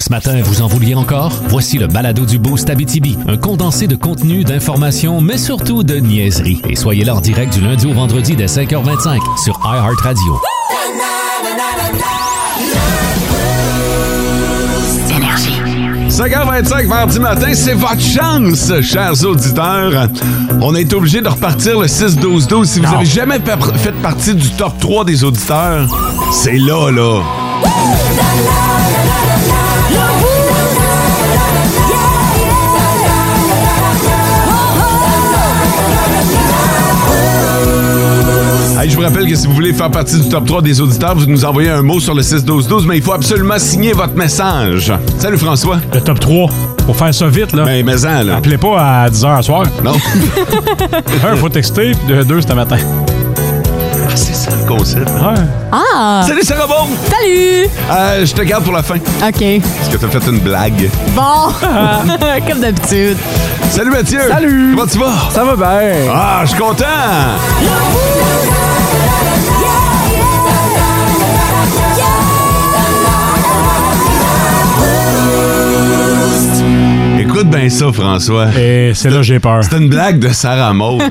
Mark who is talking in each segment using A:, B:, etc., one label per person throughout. A: Ce matin, vous en vouliez encore? Voici le balado du Boost Abitibi, un condensé de contenu, d'informations, mais surtout de niaiseries. Et soyez là en direct du lundi au vendredi dès 5h25 sur iHeartRadio.
B: Énergie.
C: 5h25 vers du matin, c'est votre chance, chers auditeurs. On a été obligé de repartir le 6-12-12. Si vous avez jamais pa- fait partie du top 3 des auditeurs, c'est là, là. Hey, je vous rappelle que si vous voulez faire partie du top 3 des auditeurs, vous nous envoyez un mot sur le 6-12-12, mais il faut absolument signer votre message. Salut François.
D: Le top 3. Pour faire ça vite, là.
C: Ben, mais en, là.
D: Appelez pas à 10h à soir.
C: Non?
D: Un, faut texter, puis de- deux, c'est le matin.
C: Ah, c'est ça le concept. hein.
D: Ouais.
B: Ah!
C: Salut Sarah Vaughan.
B: Salut!
C: Euh, je te garde pour la fin.
B: OK.
C: Parce que t'as fait une blague.
B: Bon! Comme d'habitude.
C: Salut Mathieu.
E: Salut.
C: Comment tu vas?
E: Ça va bien.
C: Ah, je suis content! Écoute bien ça, François.
D: Et c'est là que j'ai peur.
C: C'est une blague de Sarah Maud.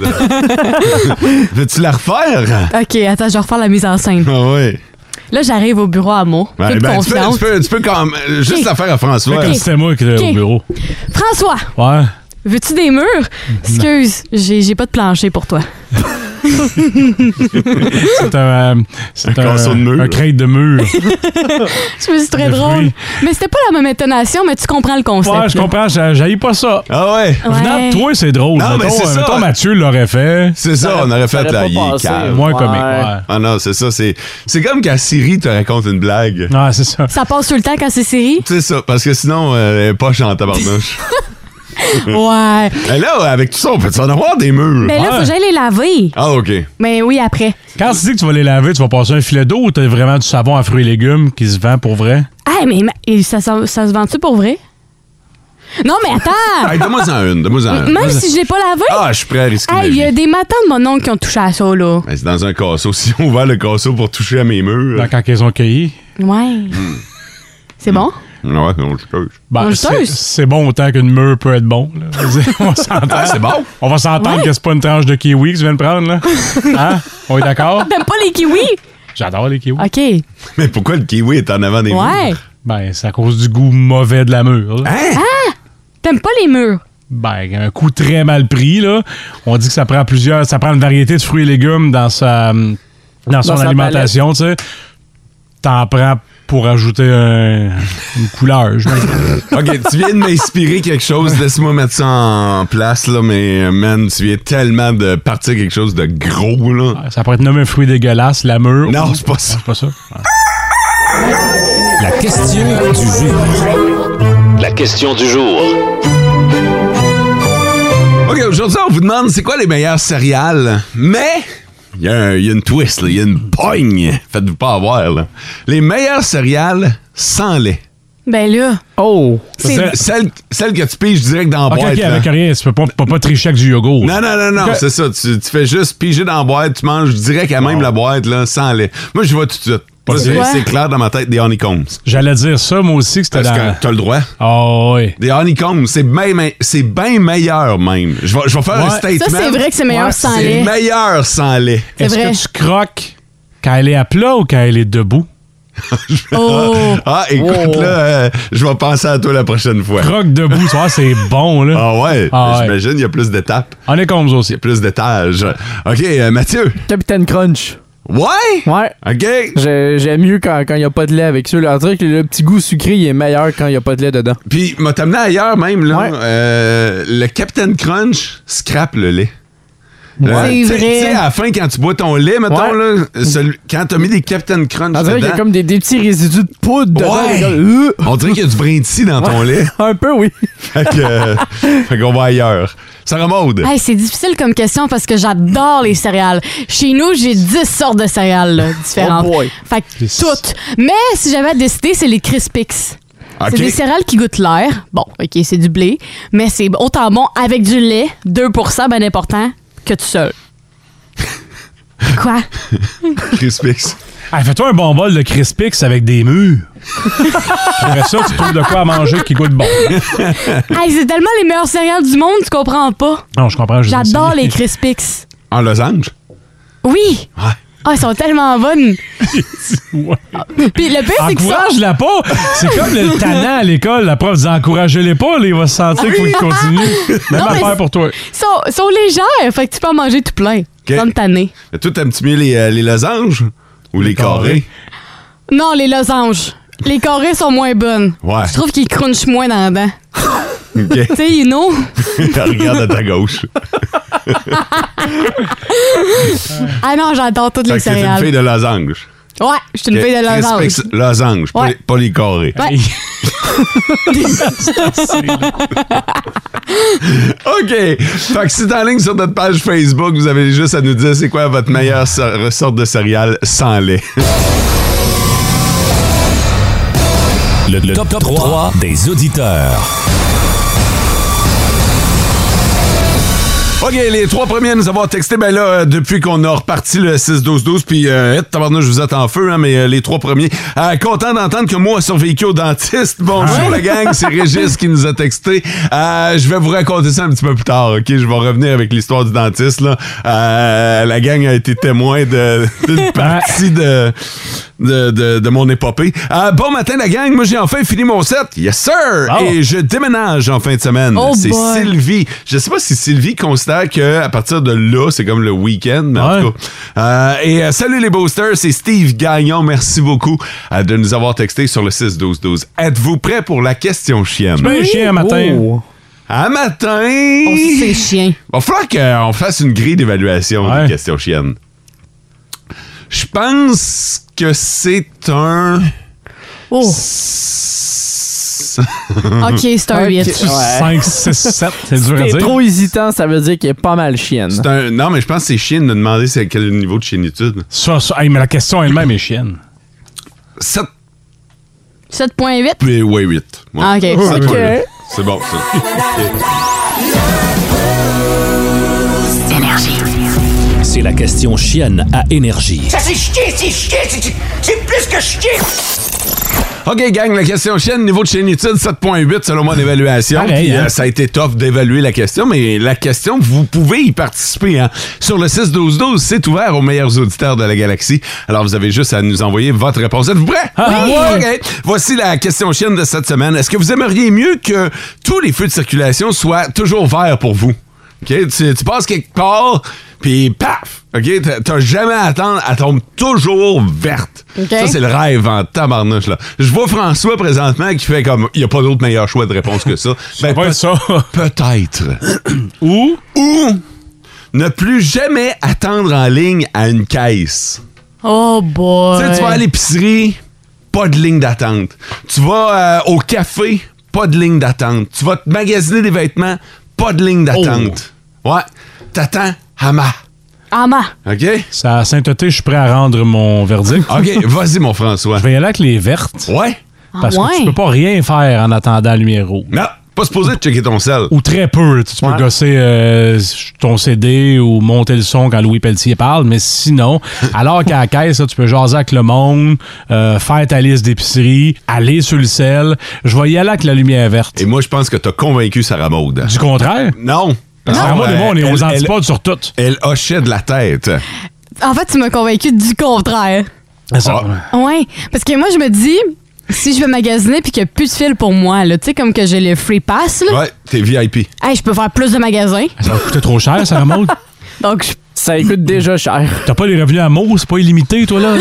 C: Veux-tu la refaire?
B: OK, attends, je vais refaire la mise en scène.
C: Ah oui.
B: Là, j'arrive au bureau à mots.
C: Ben,
B: toute
C: ben, tu, peux,
B: confiante.
C: tu peux- tu peux quand même- euh, juste
B: Ok.
C: la faire à François.
D: Comme si c'était moi qui étais
B: Ok.
D: au bureau.
B: François,
D: Ouais.
B: veux-tu des murs? Excuse, j'ai j'ai pas de plancher pour toi.
D: C'est un. euh, c'est
C: Un casseau de mur.
D: Un crête de mur.
B: Je me suis très
D: Le
B: drôle.
D: fruit.
B: Mais c'était pas la même intonation, mais tu comprends le concept.
D: Ouais, je
B: là.
D: comprends, j'a- j'haïs pas ça.
C: Ah ouais.
B: Ouais.
D: Venant de toi, c'est drôle.
C: Non, mais
D: Mettons,
C: c'est
D: euh,
C: ça.
D: mettons, Mathieu l'aurait fait.
C: C'est ça, on aurait hein. fait
E: aurait
C: la
E: pas
C: il est
E: passé.
C: calme.
D: Moins
E: Ouais.
D: comique. Ouais.
C: Ah non, c'est ça. C'est c'est comme quand Siri te raconte une blague.
D: Ouais, c'est ça.
B: Ça passe sur le temps quand c'est série?
C: C'est ça, parce que sinon, euh, elle est poche en tabarnouche.
B: ouais.
C: Et là, avec tout ça, on peut en avoir des murs?
B: Mais là, faut que j'aille les laver.
C: Ah, OK.
B: Mais oui, après.
D: Quand tu dis que tu vas les laver, tu vas passer un filet d'eau ou t'as vraiment du savon à fruits et légumes qui se vend pour vrai?
B: Ah, mais ma- et ça, s'en- ça se vend-tu pour vrai? Non, mais attends!
C: Hey, donne-moi en une, donne-moi en une.
B: Même si je l'ai pas lavé,
C: Ah, je suis prêt à risquer ma
B: hey, il y a
C: vie.
B: des matins de mon oncle qui ont touché à ça, là.
C: Ben, c'est dans un casseau. Si on ouvert le casseau pour toucher à mes murs...
D: Dans- Quand ils ont cueilli?
B: Ouais. C'est bon?
C: euh, Ouais, non, je touche.
D: Ben,
B: On le
D: c'est
B: suce.
D: c'est bon autant qu'une mur peut être bon. là. Je veux dire, On s'entend.
C: Ah, c'est bon.
D: On va s'entendre
B: Ouais.
D: que c'est pas une tranche de kiwi que tu viens de prendre, là. Hein? On est d'accord?
B: T'aimes pas les kiwis?
D: J'adore les kiwis.
B: OK.
C: Mais pourquoi le kiwi est en avant des
B: Ouais.
C: murs?
D: Ben, c'est à cause du goût mauvais de la mûre. là.
C: Hein?
B: T'aimes pas les murs?
D: Ben, un coup très mal pris, là. On dit que ça prend plusieurs. Ça prend une variété de fruits et légumes dans sa. dans son
E: sa
D: alimentation, tu sais. T'en prends pour ajouter un- une couleur. j'imagine.
C: OK, tu viens de m'inspirer quelque chose. Laisse-moi mettre ça en place, là. Mais, euh, man, tu viens tellement de partir quelque chose de gros, là.
D: ça pourrait être nommé un fruit dégueulasse, la
B: Ah,
D: mûre.
C: Non, c'est pas ça.
D: C'est pas ça.
A: La question du jour.
F: La question du jour.
C: OK, aujourd'hui, on vous demande c'est quoi les meilleurs céréales, mais il y, a un- il y a une twist, là, il y a une pogne. Faites-vous pas avoir, là. Les meilleures céréales sans lait.
B: Ben là.
E: Oh.
D: Ça,
B: C'est-
D: c'est-
C: Celle, celle que tu piges direct dans la
D: Ok,
C: boîte.
D: ok,
C: là.
D: avec rien. Tu peux pas, pas- pas tricher avec du yogourt.
C: Non, non, non, non,
D: Ok.
C: c'est ça. Tu, tu fais juste piger dans la boîte, tu manges direct à même la boîte, là, sans lait. Moi, je vois tout de suite. Moi,
B: C'est
C: C'est
B: quoi?
C: c'est clair dans ma tête, des honeycombs.
D: J'allais dire ça, moi aussi, que c'était
C: Parce
D: dans.
C: que t'as le droit.
D: Ah oui.
C: Des honeycombs, c'est bien ben meilleur, même. Je vais, je vais faire un
D: Ouais.
C: statement.
B: Ça, c'est vrai que c'est meilleur
D: Ouais,
B: sans
C: C'est
B: lait.
C: meilleur sans lait.
B: C'est
D: Est-ce
B: vrai.
D: que tu croques quand elle est à plat ou quand elle est debout?
B: Oh!
C: Ah, écoute,
E: Oh.
C: là, euh, je vais penser à toi la prochaine fois.
D: Croque debout, tu vois, c'est bon, là.
C: Ah ouais,
D: Ah ouais.
C: j'imagine, il y a plus d'étapes,
D: On est comme ça aussi.
C: plus d'étages. OK, euh, Mathieu.
E: Capitaine Crunch.
C: Ouais?
E: Ouais.
C: OK.
E: J'ai- J'aime mieux quand il n'y a pas de lait avec ça. là. On dirait que le petit goût sucré, il est meilleur quand il n'y a pas de lait dedans.
C: Puis, m'a t'amené ailleurs même, là.
E: Ouais.
C: euh, le Captain Crunch scrape le lait. Là,
B: C'est
C: tu sais-
B: vrai.
C: Tu sais, à la fin, quand tu bois ton lait, mettons,
E: Ouais.
C: là, celui- quand t'as mis des Captain Crunch
E: On dirait qu'il y
C: dedans,
E: a comme des, des petits résidus de poudre dedans.
C: Ouais.
E: les gars. Euh,
C: on dirait qu'il y a du brin de scie dans ton lait.
E: Un peu, oui.
C: Fait que, euh, fait qu'on va ailleurs. Sarah Maud.
B: Hey, c'est difficile comme question parce que j'adore les céréales. Chez nous, j'ai 10 sortes de céréales là, différentes.
E: Oh boy.
B: fait que toutes. Mais si j'avais à décider, c'est les Crispix.
C: OK.
B: C'est des céréales qui goûtent l'air. Bon, OK, c'est du blé, mais c'est autant bon avec du lait, 2 ben important, que tout seul. Quoi?
C: Crispix.
D: Ah, Fais-toi un bon bol de Crispix avec des mûres. Après ça, tu trouves de quoi à manger qui goûte bon.
B: Hey, c'est tellement les meilleurs céréales du monde, tu comprends pas.
D: Non, je comprends. je les ai
B: J'adore
D: essayés.
B: les Crispix.
C: En losange?
B: Oui!
C: Ouais.
B: Ah, ils sont tellement bonnes. Ah,
D: Ouais.
B: Puis le pire, c'est que ça...
D: Encourage-la pas! C'est comme le tannant à l'école. La prof dit encouragez-les pas, là, il va se sentir qu'il faut qu'il continue. Même
B: Ah Non, mais
D: affaire
B: c'est-
D: pour toi.
B: sont, sont légères, fait que tu peux en manger tout plein. Sans me tanner.
C: Mais toi, t'aimes-tu mieux les, euh, les losanges ou les, carrés?
B: Non, les losanges. Les carrés sont moins bonnes.
C: Ouais.
B: Je trouve qu'ils crunchent moins dans la dent.
C: OK.
B: tu sais, you know?
C: Regarde à ta gauche.
B: Ah non, j'adore toutes
C: Fait
B: les
C: que t'es une
B: céréales.
C: fille de losange.
B: Ouais, je suis une fille de losanges.
C: Respecte losange, pas
B: Ouais.
C: les- pas les carrés.
B: Ouais. Oh,
C: OK. Fait que c'est en ligne sur notre page Facebook, vous avez juste à nous dire c'est quoi votre meilleure so- ressorte de céréales sans lait.
A: Le, le top, 3 des auditeurs.
C: OK, les trois premiers à nous avoir texté, ben là, euh, depuis qu'on a reparti le 6-12-12, puis euh, hey, tabarnouche, vous êtes en feu, hein, mais euh, les trois premiers. Euh, content d'entendre que moi a survécu au dentiste. Bonjour, la gang, c'est Régis qui nous a texté. Euh, je vais vous raconter ça un petit peu plus tard, OK? Je vais revenir avec l'histoire du dentiste, là. Euh, la gang a été témoin de- d'une partie de... De, de, de mon épopée. Euh, bon matin, la gang. Moi, j'ai enfin fini mon set. Yes, sir!
D: Oh.
C: Et je déménage en fin de semaine.
B: Oh
C: c'est
B: boy.
C: Sylvie. Je sais pas si Sylvie considère que à partir de là, c'est comme le week-end, mais en
D: Ouais.
C: tout cas. Euh, et euh, salut les boosters, c'est Steve Gagnon. Merci beaucoup euh, de nous avoir texté sur le 6-12-12. Êtes-vous prêts pour la question chienne?
D: Ben, chien un matin.
E: Oh.
C: À matin!
B: Oh, c'est chien.
C: Va falloir qu'on fasse une grille d'évaluation
D: Ouais.
C: des questions chiennes. Je pense que c'est un...
B: Oh,
C: S-
B: ok, c'est un
E: Ok.
B: 8.
E: Ouais.
D: 5, 6, 7, c'est dur à
E: T'es
D: dire.
E: trop hésitant, ça veut dire qu'il est pas mal chienne.
C: C'est un- Non, mais je pense que c'est chien de demander c'est à quel niveau de chienitude.
D: Ça, ça- hey, mais la question elle-même est chienne.
C: 7
B: 7.8?
C: Oui, ouais, 8.
B: Ah, ok.
E: Ok.
C: C'est bon, ça.
A: C'est la question chienne à énergie.
G: Ça c'est chier, c'est chier, c'est chier. C'est plus que chier.
C: OK, gang, la question chienne, niveau de chienitude, 7.8 selon mon évaluation.
D: Pareil,
C: Puis,
D: hein?
C: euh, ça a été tough d'évaluer la question, mais la question, vous pouvez y participer. hein. Sur le 6-12-12, c'est ouvert aux meilleurs auditeurs de la galaxie. Alors, vous avez juste à nous envoyer votre réponse. Êtes-vous prêts?
D: Oui!
C: OK. Voici la question chienne de cette semaine. Est-ce que vous aimeriez mieux que tous les feux de circulation soient toujours verts pour vous? OK? Tu, tu passes quelque part, puis paf! OK? T'as- T'as jamais à attendre, elle tombe toujours verte.
B: OK.
C: Ça, c'est le rêve en tabarnouche, là. Je vois François présentement qui fait comme, il n'y a pas d'autre meilleur choix de réponse que ça.
D: Ça
C: Ben,
D: va être ça.
C: peut-être.
D: Ou,
C: Ou ne plus jamais attendre en ligne à une caisse.
B: Oh boy.
C: Tu sais, tu vas à l'épicerie, pas de ligne d'attente. Tu vas euh, au café, pas de ligne d'attente. Tu vas te magasiner des vêtements, pas de ligne d'attente.
D: Oh.
C: Ouais. T'attends Hama.
B: Ah, ma.
C: OK?
D: ça à sainteté, je suis prêt à rendre mon verdict.
C: OK, vas-y, mon François.
D: Je vais y aller avec les vertes.
C: Ouais?
D: Parce
B: Ah ouais.
D: que tu peux pas rien faire en attendant la lumière rouge.
C: Non, pas supposé de checker ton sel.
D: Ou très peu. Tu tu peux
E: Ouais.
D: gosser euh, ton CD ou monter le son quand Louis Pelletier parle, mais sinon, alors qu'à la caisse, là, tu peux jaser avec le monde, euh, faire ta liste d'épicerie, aller sur le sel. Je vais y aller avec la lumière verte.
C: Et moi, je pense que t'as convaincu Sarah Maud.
D: Du contraire,
C: Non.
D: Sarah Maud et moi, on est aux
C: Elle- elle-
D: antipodes sur tout.
C: Elle hochait de la tête.
B: En fait, tu m'as convaincu du contraire. Ah.
D: Ça-
B: Ouais, parce que moi, je me dis, si je vais magasiner puis qu'il n'y a plus de fil pour moi, là, tu sais, comme que j'ai le free pass, là,
C: Ouais, t'es VIP.
B: hey, je peux faire plus de magasins.
D: Ça va coûter trop cher, Sarah Maud.
B: Donc, je-
E: Ça coûte déjà cher.
D: T'as pas les revenus à mots, c'est pas illimité, toi, là.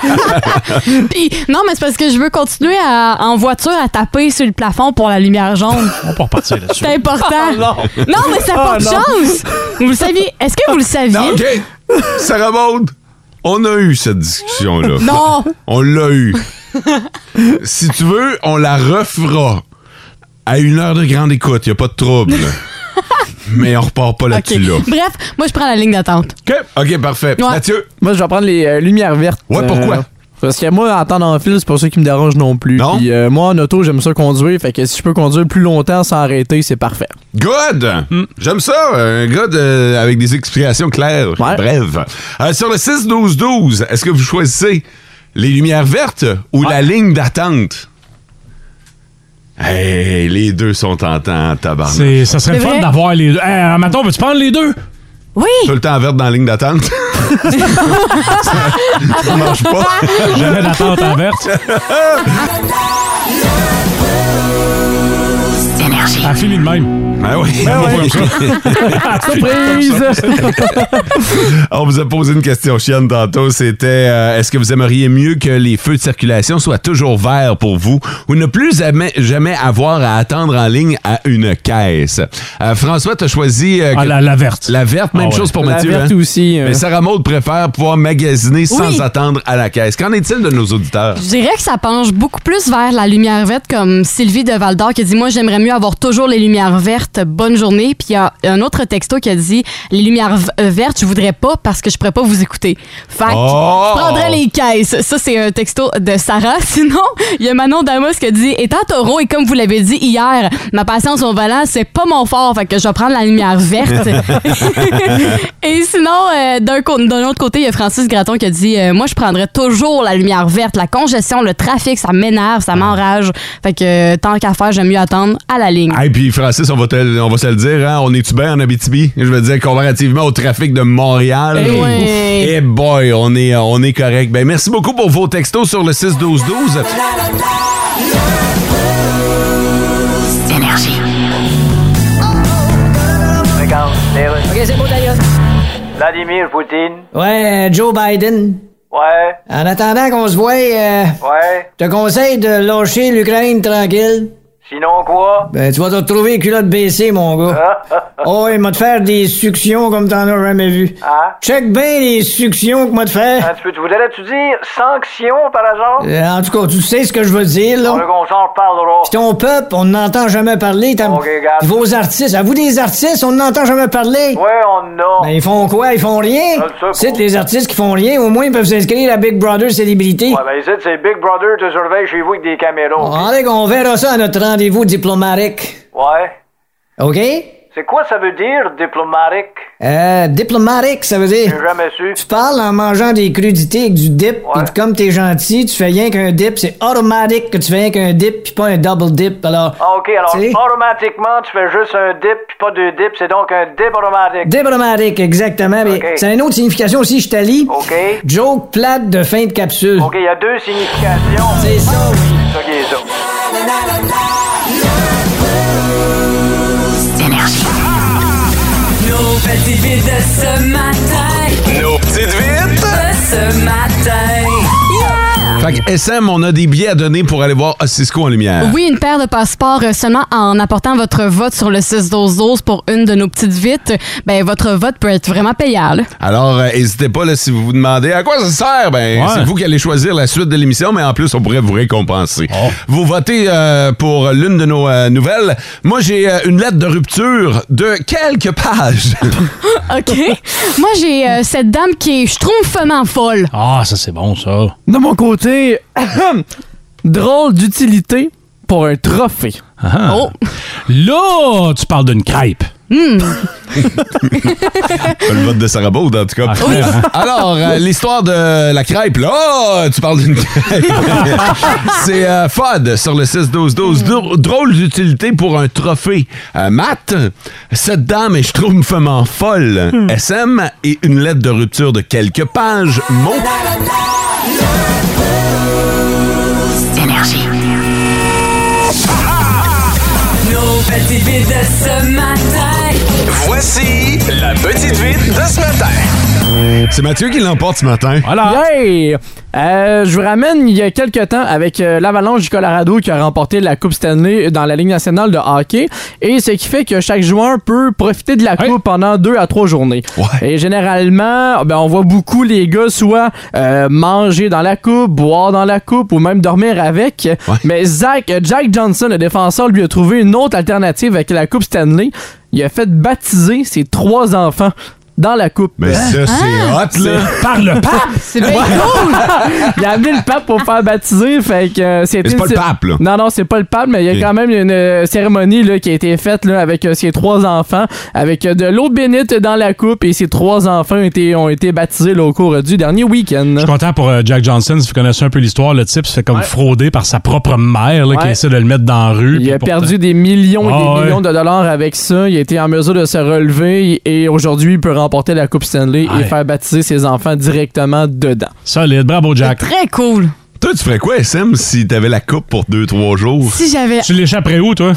B: puis, non, mais c'est parce que je veux continuer à, en voiture à taper sur le plafond pour la lumière jaune.
D: on peut repartir là-dessus.
B: C'est important. non. mais ça porte
E: non.
B: chance. Vous le saviez. Est-ce que vous le saviez?
C: Non, OK. Sarah Maud, on a eu cette discussion-là.
B: Non.
C: On l'a eu. si tu veux, on la refera. À une heure de grande écoute, y a pas de trouble. Mais on repart pas
B: OK.
C: là-dessus, là.
B: Bref, moi, je prends la ligne d'attente.
C: OK, parfait.
B: Ouais.
C: Mathieu,
E: Moi, je vais prendre les euh, lumières vertes. euh,
C: Ouais, pourquoi?
E: parce que moi, attendre en fil, c'est pas ça qui me dérange non plus.
C: Non?
E: Puis, euh, moi, en auto, j'aime ça conduire. Fait que si je peux conduire plus longtemps sans arrêter, c'est parfait.
C: good! J'aime ça, un gars de- avec des explications claires,
E: Ouais.
C: brèves. Euh, sur le 6-12-12, est-ce que vous choisissez les lumières vertes ou la ligne d'attente? Hey, les deux sont tentants, tabarnak.
D: C'est, ça serait le
B: C'est
D: fun
B: vrai?
D: d'avoir les deux. Hey, mettons, peux-tu prendre les deux?
B: Oui!
C: Tout le temps verte dans la ligne d'attente. ça, ça marche pas.
D: J'avais l'attente à verte. Elle finit de même.
C: Ben oui. Ah,
E: Surprise!
C: On vous a posé une question chienne tantôt. C'était euh, est-ce que vous aimeriez mieux que les feux de circulation soient toujours verts pour vous ou ne plus jamais, jamais avoir à attendre en ligne à une caisse? Euh, François, tu as choisi euh,
D: Ah,
C: que-
D: la, la verte.
C: la verte, même
D: Ah ouais.
C: chose pour
E: La
C: Mathieu.
E: verte
C: hein?
E: aussi. euh,
C: Mais Sarah Maud préfère pouvoir magasiner sans
B: Oui.
C: attendre à la caisse. Qu'en est-il de nos auditeurs?
B: Je dirais que ça penche beaucoup plus vers la lumière verte, comme Sylvie de Valdor qui dit Moi, j'aimerais mieux avoir toujours les lumières vertes. Bonne journée. Puis il y a un autre texto qui a dit Les lumières v- euh, vertes, je voudrais pas parce que je pourrais pas vous écouter. Fait que
C: Oh!
B: je prendrais les caisses. Ça, c'est un texto de Sarah. Sinon, il y a Manon Damas qui a dit Étant taureau, et comme vous l'avez dit hier, ma patience au volant, c'est pas mon fort. Fait que je vais prendre la lumière verte. Et sinon, euh, d'un co- d'un autre côté, il y a Francis Graton qui a dit euh, Moi, je prendrais toujours la lumière verte. La congestion, le trafic, ça m'énerve, ça m'enrage. Fait que euh, tant qu'à faire, j'aime mieux attendre à la ligne.
C: Hey, puis Francis, on va, te- on va se le dire, hein, on est-tu bien en Abitibi? Je veux dire, comparativement au trafic de Montréal.
B: Eh
C: Ouf.
B: ouais.
C: Eh boy, on est, on est correct. Ben, merci beaucoup pour vos textos sur le 6-12-12.
H: Vladimir Poutine.
I: Ouais, euh, Joe Biden.
H: Ouais,
I: En attendant qu'on se voie, euh,
H: ouais.
I: je te conseille de lâcher l'Ukraine tranquille.
H: Sinon quoi?
I: Ben, tu vas te retrouver culotte baissée, mon gars. Oh, il m'a te faire des suctions comme t'en as jamais vu.
H: Hein?
I: Check bien les suctions que m'a te
H: Un
I: faire.
H: petit peu, tu voudrais-tu dire sanction par hasard?
I: Euh, en tout cas, tu sais ce que je veux dire,
H: On
I: là.
H: qu'on s'en reparlera.
I: Pis ton peuple, on n'entend jamais parler. t'as-
H: Ok, regarde.
I: Vos artistes, à vous des artistes, on n'entend jamais parler.
H: Ouais, on
I: Ben,
H: a.
I: ils font quoi? Ils font rien?
H: Je le sais pas.
I: C'est les artistes qui font rien, au moins ils peuvent s'inscrire à Big Brother Célébrité.
H: Ouais, ben ici, c'est Big Brother te surveille chez vous avec des caméras.
I: Allez, on verra ça à notre rendez-vous diplomatique.
H: Ouais.
I: OK?
H: C'est quoi ça veut dire, diplomatique?
I: Euh, diplomatique, ça veut
H: J'ai
I: dire.
H: jamais su.
I: Tu parles en mangeant des crudités avec du dip,
H: Ouais.
I: pis comme t'es gentil, tu fais rien qu'un dip, c'est automatique que tu fais rien qu'un dip, pis pas un double dip, alors.
H: Ah, ok, alors
I: C'est-
H: automatiquement, tu fais juste un dip puis pas deux dips, c'est donc un dip automatique.
I: Diplomatique, exactement, mais
H: Ok.
I: c'est une autre signification aussi, je t'allie.
H: Ok.
I: Joke plate de fin de capsule.
H: Ok, il y a deux significations.
I: C'est ça, oui.
H: C'est ça qui est ça.
J: Nos petites vites de ce matin,
C: Nos petites
J: de
C: vites!
J: ce matin. Yeah!
C: Fait que SM, on a des billets à donner pour aller voir Ossisco en lumière.
B: Oui, une paire de passeports euh, seulement en apportant votre vote sur le 6-12-12 pour une de nos petites vites. Ben, votre vote peut être vraiment payant. là.
C: Alors, euh, n'hésitez pas, là, si vous vous demandez à quoi ça sert, ben,
D: Ouais.
C: c'est vous qui allez choisir la suite de l'émission, mais en plus, on pourrait vous récompenser. Vous votez euh, pour l'une de nos euh, nouvelles. Moi, j'ai euh, une lettre de rupture de quelques pages.
B: OK. Moi, j'ai euh, cette dame qui est schtroumpfement folle.
D: Ah, ça, c'est bon, ça.
E: De mon côté, drôle d'utilité pour un trophée.
B: Oh!
D: Là, tu parles d'une crêpe.
C: le vote de Sarah Baud, en tout cas.
D: Ah, clair, hein?
C: Alors, euh, l'histoire de la crêpe, là, Ah, tu parles d'une crêpe. C'est euh, FOD sur le 6-12-12. Dr- Drôle d'utilité pour un trophée. Euh, Matt, cette dame est schtroumpfement folle. SM et une lettre de rupture de quelques pages. Mon...
J: Nos petites vites de ce matin,
F: Voici la petite vite de ce matin.
C: C'est Mathieu qui l'emporte ce matin.
E: Ah.
D: Voilà.
E: Yay! Euh, je vous ramène il y a quelques temps avec euh, l'Avalanche du Colorado qui a remporté la Coupe Stanley dans la Ligue nationale de hockey. Et ce qui fait que chaque joueur peut profiter de la
D: Ouais.
E: Coupe pendant deux à trois journées.
C: Ouais.
E: Et généralement, ben, on voit beaucoup les gars soit euh, manger dans la coupe, boire dans la coupe ou même dormir avec. Mais Zach, euh, Jack Johnson, le défenseur, lui a trouvé une autre alternative avec la Coupe Stanley. Il a fait baptiser ses trois enfants dans la coupe.
C: Mais ça, c'est
E: Ah!
C: hot, là.
E: C'est-
D: Par le pape!
B: C'est bien
E: Ouais.
B: cool!
E: il a amené le pape pour faire baptiser. Fait que, euh, c'était-
C: c'est pas le pape, là.
E: Non, non, c'est pas le pape, mais il y a
C: Ok.
E: quand même une euh, cérémonie là, qui a été faite là, avec euh, ses trois enfants, avec euh, de l'eau bénite dans la coupe. Et ses trois enfants ont été, ont été baptisés là, au cours du dernier week-end.
D: Je suis content pour euh, Jack Johnson. Si vous connaissez un peu l'histoire, le type se fait comme frauder par sa propre mère là, qui
E: Ouais.
D: essaie de le mettre dans la rue.
E: Il
D: puis
E: a
D: pourtant-
E: perdu des millions et des
D: Ah ouais.
E: millions de dollars avec ça. Il a été en mesure de se relever et aujourd'hui, il peut remporter la Coupe Stanley
D: Ouais.
E: et faire baptiser ses enfants directement dedans.
D: Solide. Bravo, Jack.
B: Très cool.
C: Toi, tu ferais quoi, SM, si t'avais la coupe pour deux, trois jours?
B: Si j'avais.
D: Tu l'échapperais où, toi?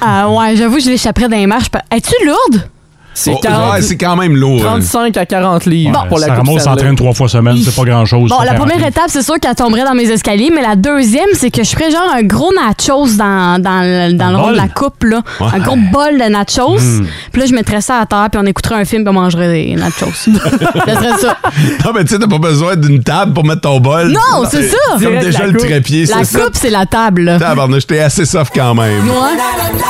B: Ah ouais, j'avoue, je l'échapperais dans les marches. pa- Es-tu lourde?
E: C'est
C: Oh,
E: 40
C: ouais, c'est quand même lourd. hein.
E: 35 à 40 livres
D: Ouais,
E: pour
D: Euh,
E: la
D: Sarah
E: Coupe
D: Maud
E: Stanley.
D: s'entraîne trois fois semaine, c'est pas grand-chose.
B: Bon,
D: ça
B: la
D: fait
B: première
D: rien.
B: étape, c'est sûr qu'elle tomberait dans mes escaliers, mais la deuxième, c'est que je ferais genre un gros nachos dans, dans le, dans le
D: Un
B: rond de la
D: bol?
B: coupe, là. Un gros bol de nachos.
C: Hmm.
B: Puis là, je mettrais ça à terre, puis on écouterait un film, puis on mangerait des nachos. ça serait ça.
C: Non, mais tu sais, t'as pas besoin d'une table pour mettre ton bol.
B: Non, c'est ça.
C: C'est Comme
E: Direct
C: déjà
E: la
C: le
E: coupe.
C: trépied, c'est
B: La
C: ça.
B: coupe, c'est la table, là.
C: Tabarnouche, t'es assez soft quand même.
B: Ouais.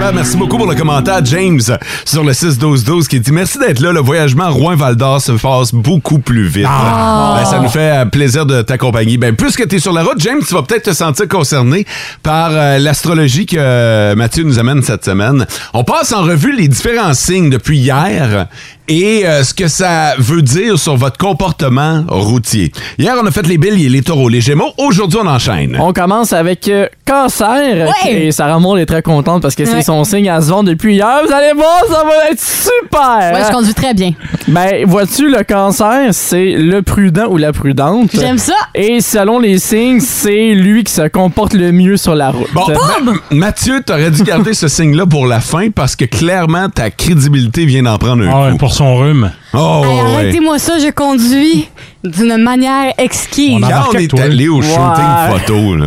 C: Ah, Merci beaucoup pour le commentaire, James, sur le 6-12-12 qui dit Merci d'être là. Le voyagement Rouen-Val-d'Or se passe beaucoup plus vite. Ben, ça nous fait euh, plaisir de t'accompagner. Ben, puisque tu es sur la route, James, tu vas peut-être te sentir concerné par euh, l'astrologie que euh, Mathieu nous amène cette semaine. On passe en revue les différents signes depuis hier et euh, ce que ça veut dire sur votre comportement routier. Hier, on a fait les béliers, les taureaux, les gémeaux. Aujourd'hui, on enchaîne.
E: On commence avec euh, Cancer.
B: Ouais.
E: Et Sarah Maud est très contente parce que
B: Ouais.
E: c'est son signe à se vendre depuis hier. Vous allez voir, ça va être super!
B: Ouais, je conduis très bien.
E: Ben, vois-tu, le cancer, c'est le prudent ou la prudente.
B: J'aime ça.
E: Et selon les signes, c'est lui qui se comporte le mieux sur la route.
C: Bon, Ma- Mathieu, t'aurais dû garder ce signe-là pour la fin parce que clairement, ta crédibilité vient d'en prendre un
D: Ah ouais,
C: coup.
D: pour son rhume.
C: Oh,
B: Hey,
C: ouais.
B: Arrêtez-moi ça, je conduis d'une manière exquise.
D: On a-
C: Quand on
D: Embarque avec
C: est
D: toi.
C: allé au
E: Ouais.
C: shooting photo, là,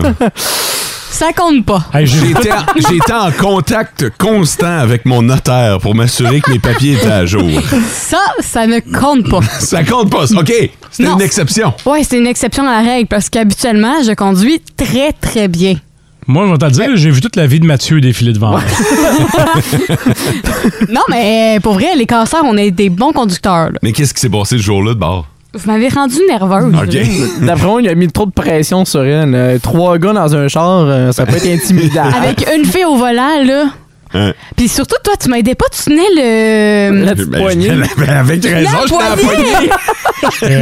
B: Ça compte pas.
D: Hey, j'ai-
C: j'étais en- j'étais en contact constant avec mon notaire pour m'assurer que mes papiers étaient à jour.
B: Ça, ça ne compte pas.
C: Ça compte pas, ça. OK, c'était
B: Non.
C: une exception.
B: Ouais, c'est une exception à la règle parce qu'habituellement, je conduis très, très bien.
D: moi, je vais te le dire, j'ai vu toute la vie de Mathieu défiler devant moi.
B: Non, mais euh, pour vrai, les cancers, on est des bons conducteurs. là.
C: Mais qu'est-ce qui s'est passé le jour-là de bord?
B: Vous m'avez rendu nerveuse.
C: OK.
E: D'après moi, il a mis trop de pression sur elle. Euh, trois gars dans un char, euh, ça peut être intimidant.
B: Avec une fille au volant, là.
C: Hein.
B: Puis surtout, toi, tu m'aidais pas, tu tenais le.
E: La petite
C: Ben,
E: poignée.
C: ben, avec raison,
B: La
C: je t'ai
B: poignée!
C: appoigné.
D: Euh,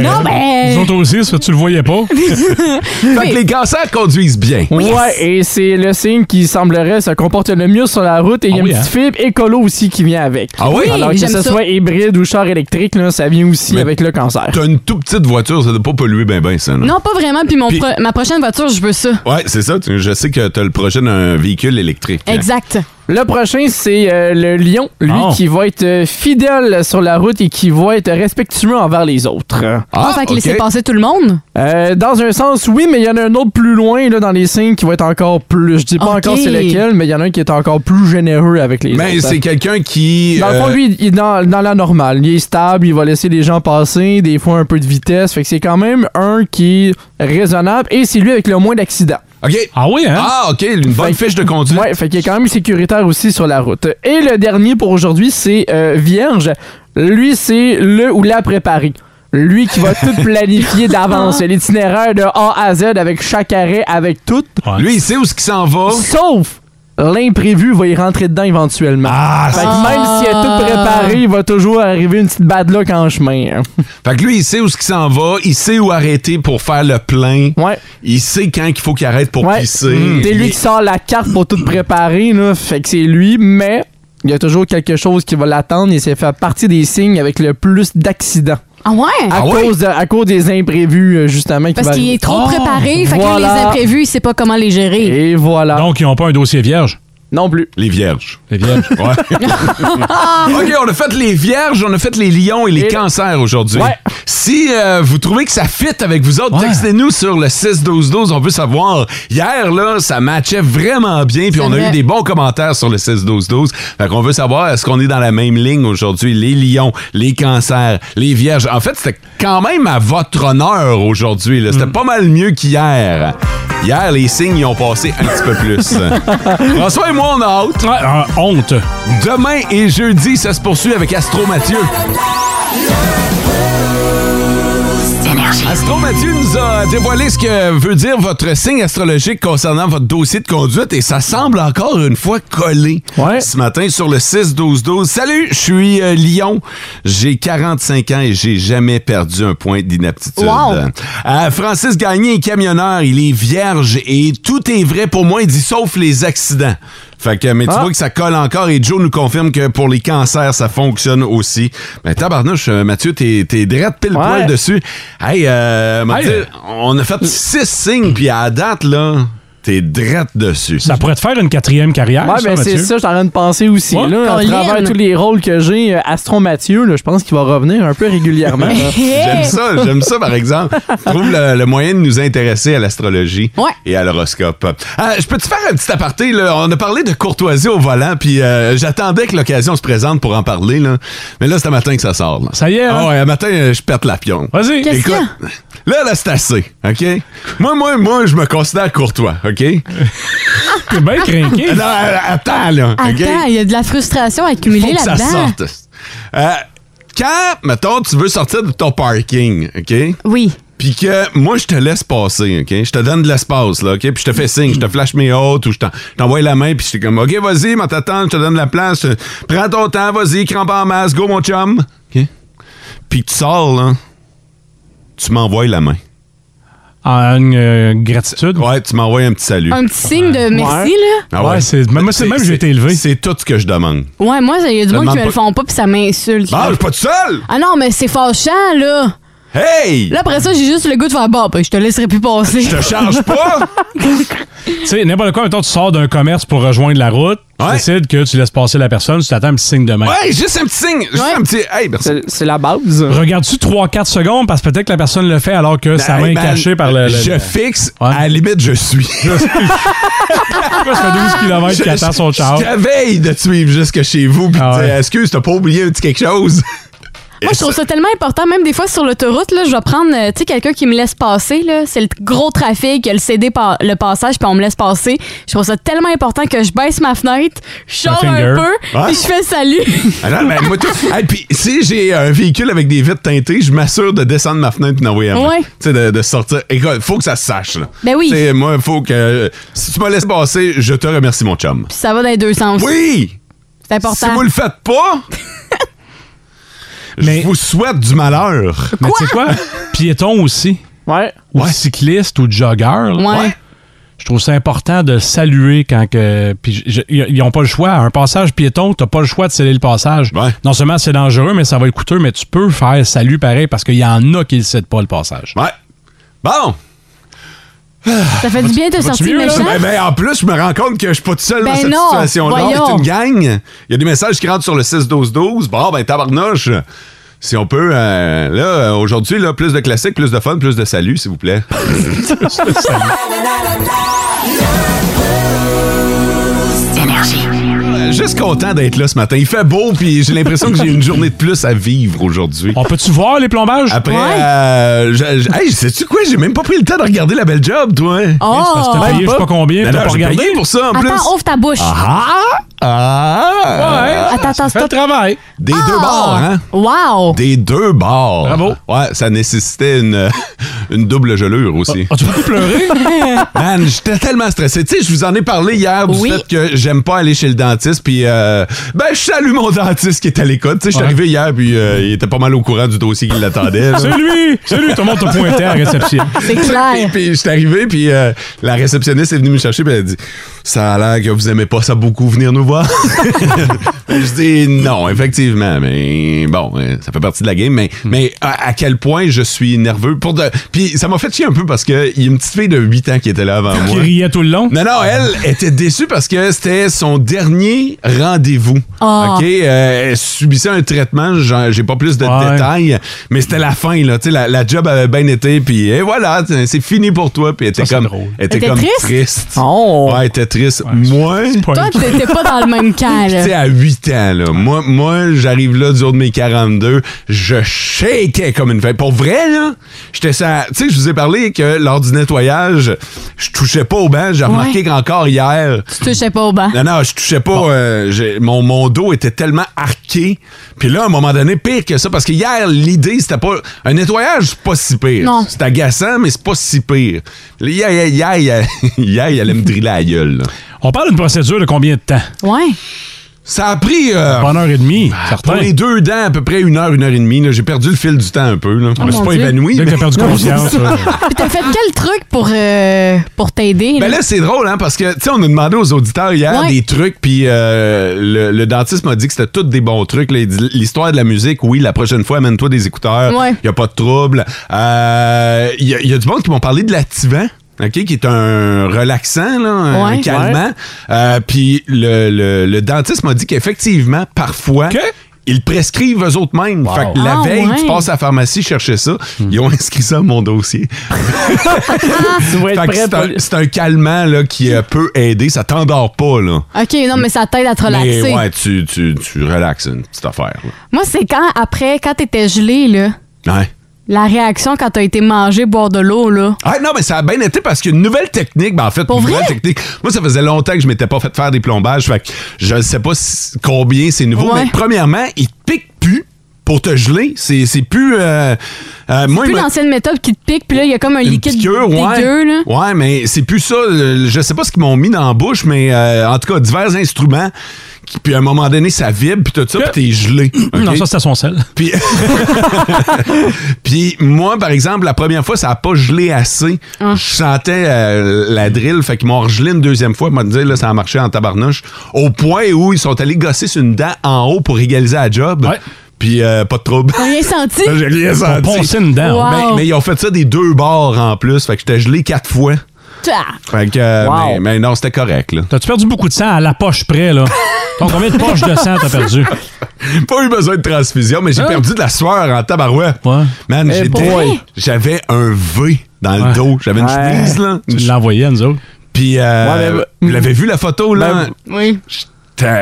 B: Non,
D: Nous
B: mais.
D: autres aussi, ça, tu le voyais pas.
C: Fait que les cancers conduisent bien.
E: Ouais, et c'est le signe qui semblerait se comporter le mieux sur la route. Et il y a
D: Ah oui,
E: une petite fibre écolo aussi qui vient avec.
C: hein? Ah oui?
E: Alors que
B: j'aime
E: ce
B: ça.
E: soit hybride ou char électrique, là, ça vient aussi
C: Mais-
E: avec le cancer.
C: T'as une toute petite voiture, ça doit pas polluer ben ben, ça. là.
B: Non, pas vraiment. Puis mon
C: Puis-
B: pro- ma prochaine voiture, je veux ça.
C: Ouais, c'est ça. tu- Je sais que t'as le projet d'un véhicule électrique.
B: Exact.
E: Le prochain, c'est euh, le lion, lui
D: Oh.
E: qui va être euh, fidèle sur la route et qui va être respectueux envers les autres.
B: Ah, fait que laissez passer tout le monde.
E: Euh, dans un sens, oui, mais il y en a un autre plus loin là, dans les signes qui va être encore plus. Je dis pas
B: Ok.
E: encore c'est lequel, mais il y en a un qui est encore plus généreux avec les
C: Mais
E: autres. hein.
C: c'est quelqu'un qui.
E: Dans le fond,
C: euh,
E: lui, il est dans, dans la normale. Il est stable, il va laisser les gens passer, des fois un peu de vitesse. Fait que c'est quand même un qui est raisonnable et c'est lui avec le moins d'accidents.
C: OK.
D: Ah oui, hein?
C: Ah, OK, une bonne
E: Fait-
C: fiche de conduite.
E: Ouais, fait qu'il est quand même sécuritaire aussi sur la route. Et le dernier pour aujourd'hui, c'est euh, Vierge. Lui, c'est le ou la préparé. Lui qui va tout planifier d'avance, l'itinéraire de A à Z avec chaque arrêt, avec tout.
D: Ouais.
C: Lui, il sait où ce qui s'en va.
E: Sauf l'imprévu va y rentrer dedans éventuellement.
D: Ah,
E: Fait que même s'il est tout préparé, il va toujours arriver une petite badlock en chemin. hein.
C: Fait que lui, il sait où ce qui s'en va. Il sait où arrêter pour faire le plein.
E: Ouais.
C: Il sait quand il faut qu'il arrête pour
E: Ouais. Mm.
C: pisser.
E: C'est lui
C: Il-
E: qui sort la carte pour tout préparer, là. Fait que c'est lui, mais il y a toujours quelque chose qui va l'attendre et c'est fait partie des signes avec le plus d'accidents.
B: Ah ouais? Oh!
E: À,
C: ouais?
E: cause de- à cause des imprévus, euh, justement. qui
B: Parce
E: va
B: qu'il
E: arriver.
B: est trop
C: Ah,
B: préparé. Fait que là, les
E: Voilà.
B: imprévus, il sait pas comment les gérer.
E: Et voilà.
D: Donc, ils n'ont pas un dossier vierge.
E: Non plus.
C: Les vierges.
D: Les vierges.
C: Ouais. OK, on a fait les vierges, on a fait les lions et les
E: Ah! Et-
C: cancers aujourd'hui.
E: Ouais.
C: Si euh, vous trouvez que ça fit avec vous autres,
D: Ouais.
C: textez-nous sur le 6-12-12. On veut savoir. Hier, là, ça matchait vraiment bien. Puis on a
B: vrai.
C: eu des bons commentaires sur le 6-12-12. Fait qu'on veut savoir, est-ce qu'on est dans la même ligne aujourd'hui? Les lions, les cancers, les vierges. En fait, c'était quand même à votre honneur aujourd'hui. là. C'était
E: Hmm.
C: pas mal mieux qu'hier. Hier, les signes y ont passé un petit peu plus. François et moi, moi, on a hâte.
D: Ah,
C: honte. Demain et jeudi, ça se poursuit avec Astro Mathieu. Astro Mathieu nous a dévoilé ce que veut dire votre signe astrologique concernant votre dossier de conduite et ça semble encore une fois collé. Ce matin sur le 6-12-12. Salut, je suis euh, Lyon. J'ai 45 ans et j'ai jamais perdu un point d'inaptitude.
K: Wow.
C: Euh, Francis Gagné est camionneur, il est vierge et tout est vrai pour moi, il dit sauf les accidents. Fait que, mais tu vois que ça colle encore et Joe nous confirme que pour les cancers, ça fonctionne aussi. Mais tabarnouche, euh, Mathieu, t'es, t'es drette pile poil dessus. Hey, euh, m'a
D: Hey.
C: dit, on a fait six signes, puis à la date, là, t'es drette dessus.
D: Ça pourrait te faire une quatrième carrière,
E: Ouais,
D: ça,
E: ben c'est
D: Ah, Mathieu.
E: ça, j'étais en train de penser aussi.
D: Ouais.
E: Là, à
D: Colin.
E: travers tous les rôles que j'ai, euh, Astron Mathieu, là, je pense qu'il va revenir un peu régulièrement. là.
C: j'aime ça, j'aime ça, par exemple. Je trouve le, le moyen de nous intéresser à l'astrologie et à l'horoscope. Ah, je peux-tu faire un petit aparté? Là? On a parlé de courtoisie au volant, puis euh, j'attendais que l'occasion se présente pour en parler. Là. Mais là, c'est un matin que ça sort. Ça y est. Ah ouais, un matin, euh, je pète la pion. Vas-y.
K: Qu'est-ce qu'il y a?
C: Là, là, c'est assez, OK? Moi, moi, moi, je me considère courtois, OK? T'es bien
B: crinqué.
C: Non, euh, attends, là. OK?
B: Attends, il y a de la frustration accumulée
C: Faut que ça
B: là-dedans.
C: sorte. Euh, quand, mettons, tu veux sortir de ton parking, OK?
B: Oui.
C: Puis que moi, je te laisse passer, OK? Je te donne de l'espace, là, OK? Puis je te fais signe, je te flash mes hôtes ou je t'en- je t'envoie la main, puis je suis comme, OK, vas-y, ma t'attends, je te donne la place. euh, Prends ton temps, vas-y, crampe en masse, go, mon chum. OK? Puis tu sors, là. Tu m'envoies la main. En
D: euh,
C: gratitude? Ouais, tu m'envoies un petit salut.
B: Un petit signe de merci, là.
C: Ah ouais, c'est même, même j'ai été élevé. C'est tout ce que je demande.
B: Ouais, moi, il y a du
C: Je
B: monde qui
C: demande
B: me le
C: pas-
B: font pas, puis ça m'insulte.
C: Ah, je suis pas tout seul!
B: Ah non, mais c'est fâchant, là.
C: Hey!
B: Là, après ça, j'ai juste le goût de faire bah, ben, je te laisserai plus passer.
D: Je te charge
C: pas!
D: Tu sais, n'importe quoi, mettons, tu sors d'un commerce pour rejoindre la route, tu décides que tu laisses passer la personne, tu t'attends un petit signe de main.
C: Ouais, juste un petit signe. Juste un petit. Hey, merci.
E: C'est la base.
D: Regarde-tu 3-4 secondes parce que peut-être que la personne le fait alors que sa
C: Ben,
D: main est
C: ben,
D: cachée par le. le-
C: Je
D: le-
C: fixe, à la limite, je suis.
D: Pourquoi ça fait 12 kilomètres
C: Je-
D: qu'il attend son
C: je-
D: char? Ah
C: Je t'avais de te suivre jusque chez vous, puis de dire, excuse, t'as pas oublié un petit quelque chose.
B: Moi, je trouve ça tellement important. Même des fois, sur l'autoroute, là, je vais prendre, euh, tu sais, quelqu'un qui me laisse passer, là. C'est le gros trafic, il y a le CD par le passage, puis on me laisse passer. Je trouve ça tellement important que je baisse ma fenêtre, je sors un
C: finger.
B: peu,
C: Ouais.
B: puis je fais salut.
C: Ah non, ben, moi, tout. Hey, puis si j'ai un véhicule avec des vitres teintées, je m'assure de descendre ma fenêtre et d'envoyer un.
B: Ouais.
C: Tu sais, de, de sortir. Écoute, faut que ça se sache, là.
B: Ben oui.
C: Tu sais, moi, faut que. Si tu me laisses passer, je te remercie, mon chum.
B: Puis ça va dans les deux sens.
C: Oui!
B: C'est important.
C: Si vous le faites pas, je vous souhaite du malheur.
D: Mais tu sais quoi? Piéton aussi.
E: Ouais.
D: Ou cycliste ou jogger. là.
B: Ouais.
D: Je trouve ça important de saluer quand que. Puis je- je- ils n'ont pas le choix. Un passage piéton, t'as pas le choix de sceller le passage. Non seulement c'est dangereux, mais ça va être coûteux, mais tu peux faire salut pareil parce qu'il y en a qui ne cèdent pas le passage.
C: Ouais. Bon!
B: Ça fait du bien de
C: Vas-tu
B: sortir
C: mieux, là?
B: méchant.
C: Ben, ben, en plus, je me rends compte que je suis pas tout seul
B: Hein? Ben
C: dans cette
B: non,
C: situation-là. On
B: voyons.
C: est une gang. Il y a des messages qui rentrent sur le 6-12-12. Bon, ben, tabarnouche. Si on peut, euh, là, euh, aujourd'hui, là, plus de classiques, plus de fun, plus de salut, s'il vous plaît. Euh, Juste content d'être là ce matin. Il fait beau, puis j'ai l'impression que j'ai une journée de plus à vivre aujourd'hui.
D: On peut-tu voir les plombages?
C: Après,
D: Ouais.
C: euh, je- je- hey, sais-tu quoi? J'ai même pas pris le temps de regarder la belle job, toi.
B: Oh! C'est parce que t'as payé je sais pas
D: combien,
C: Non,
D: t'as
C: non,
D: Ah, pas
C: j'ai
D: regardé?
C: payé pour ça, en Ben, plus.
B: Attends, ouvre ta bouche.
C: Ah! Ah!
B: Attends, attends,
D: Fais le
B: stop.
D: travail.
C: Des deux
B: Ah!
C: bords, hein?
B: Wow!
C: Des deux bords. Bravo. Ouais, ça nécessitait une, une double gelure aussi.
D: tu peux pleurer?
C: Man, j'étais tellement stressé. Tu sais, je vous en ai parlé hier du fait que j'aime pas aller chez le dentiste. Puis, euh, ben, je salue mon dentiste qui est à l'école. Tu sais, je suis
D: Ouais.
C: arrivé hier, puis euh, il était pas mal au courant du dossier qui l'attendait. là.
D: C'est lui! C'est lui! Tout le monde t'a pointé à la réception.
B: C'est clair.
C: Puis, puis je suis arrivé, puis euh, la réceptionniste est venue me chercher, puis elle a dit Ça a l'air que vous aimez pas ça beaucoup venir nous voir. Ben, je dis Non, effectivement, mais bon, euh, ça fait partie de la game, mais,
B: Hmm.
C: mais à, à quel point je suis nerveux. pour de... Puis ça m'a fait chier un peu parce qu'il y a une petite fille de 8 ans qui était là avant
D: Qui
C: moi.
D: riait tout le long?
C: Non, non, elle était déçue parce que c'était son dernier rendez-vous.
D: Ah.
C: OK? Euh, elle subissait un traitement, j'en- j'ai pas plus de détails, mais c'était la fin, là. Tu sais, la, la job avait bien été, puis et voilà, t- c'est fini pour toi. Puis elle était comme, elle était
B: Elle était
C: comme
B: triste? Oh.
C: triste. Ouais, elle était triste. Moi,
B: Toi, t'étais pas dans le même cas,
C: tu
B: là.
C: sais, à 8 18 ans, là. Moi, moi j'arrive là du haut de mes 42, je shakeais comme une fête. Pour vrai, là, j'étais ça. Tu sais, je vous ai parlé que lors du nettoyage, je touchais pas au banc. J'ai remarqué
B: Ouais.
C: qu'encore hier,
B: Tu touchais pas au banc.
C: non, non, je touchais pas. euh, j'ai- mon, mon dos était tellement arqué. Puis là, à un moment donné, pire que ça, parce que hier, l'idée, c'était pas. Un nettoyage, c'est pas si pire.
B: Non.
C: C'est agaçant, mais c'est pas si pire. Là, Hier, hier, hier, hier, hier, il allait me driller la gueule. là.
D: On parle d'une procédure de combien de temps?
B: Ouais.
C: Ça a pris. euh,
D: Une heure et demie,
C: pour
D: certain.
C: les deux dents, à peu près une heure, une heure et demie. là. J'ai perdu le fil du temps un peu. Là. je me suis
B: Oh mon
C: pas
B: Dieu.
C: évanoui.
D: Dès que
C: mais-
D: t'as perdu conscience. euh,
B: Puis t'as fait quel truc pour, euh, pour t'aider?
C: Ben là, c'est drôle, hein, parce que, tu sais, on a demandé aux auditeurs hier
B: Ouais.
C: des trucs, puis euh, le, le dentiste m'a dit que c'était tous des bons trucs. là. Il dit, L'histoire de la musique, oui, la prochaine fois, amène-toi des écouteurs. Il
B: Ouais.
C: a pas de trouble. Euh, Il y, a- il y a du monde qui m'ont parlé de l'Ativan. OK, qui est un relaxant, là, un
B: Ouais.
C: calmant. Euh, Puis le, le- le dentiste m'a dit qu'effectivement, parfois, ils prescrivent eux autres mêmes. Fait que la
B: Ah,
C: veille, tu
B: ouais.
C: passes à la pharmacie chercher ça. Ils ont inscrit ça à mon dossier.
E: Tu vas être
C: Fait que
E: prêt
C: c'est un-
E: pour-
C: c'est un, calmant là, qui euh, peut aider. Ça t'endort pas, là.
B: OK, non, mais ça t'aide à te relaxer.
C: Mais ouais, tu, tu, tu relaxes une petite affaire.
B: Moi, c'est quand, après, quand t'étais gelé, là,
C: là. Ouais.
B: la réaction quand t'as été mangé, boire de l'eau, là.
C: Ah non, mais ça a bien été parce qu'une nouvelle technique, ben en fait,
B: Pour
C: une
B: vrai?
C: nouvelle technique. Moi, ça faisait longtemps que je m'étais pas fait faire des plombages. Fait que je ne sais pas si- combien c'est nouveau,
B: Ouais.
C: mais premièrement, il te pique plus pour te geler. C'est c'est plus. euh, euh, moi,
B: Plus
C: il m'a-
B: l'ancienne méthode qui te pique, puis là, il y a comme un
C: Une
B: liquide
C: piqûre, ouais.
B: dégueu, là.
C: Ouais, mais c'est plus ça. euh, Je sais pas ce qu'ils m'ont mis dans la bouche, mais euh, en tout cas, divers instruments. qui- Puis à un moment donné, ça vibre, puis tout ça, puis t'es gelé.
D: Non,
C: ok?
D: ça, c'était son sel.
C: Puis, puis moi, par exemple, la première fois, ça n'a pas gelé assez.
B: Ah.
C: Je sentais euh, la drill, fait qu'ils m'ont regelé une deuxième fois. Ils m'ont dit, là, ça a marché en tabarnouche. Au point où ils sont allés gosser sur une dent en haut pour égaliser la job.
D: Ouais.
C: Puis euh, pas de trouble.
B: T'as rien senti?
C: J'ai rien
D: On
C: senti.
D: ponçait une dent.
B: Wow.
C: Ben, Mais, mais ils ont fait ça des deux bords en plus. Fait que j'étais gelé quatre fois.
B: Ah!
C: Fait que, euh,
E: Wow.
C: mais, mais non, c'était correct, là.
D: T'as-tu perdu beaucoup de sang à la poche près, là? Donc, combien de poches de sang t'as perdu?
C: Pas eu besoin de transfusion, mais j'ai
D: Hein?
C: perdu de la sueur en tabarouette.
D: Ouais.
C: Man,
E: Eh
C: j'étais-
E: boy.
C: j'avais un V dans le
D: Ouais.
C: dos. J'avais une
E: Ouais.
C: chemise, là.
D: Tu l'envoyais, nous autres.
C: Puis, euh,
E: Ouais, mais-
C: vous l'avez vu, la photo, là?
E: Ben,
B: Oui.
C: J'étais-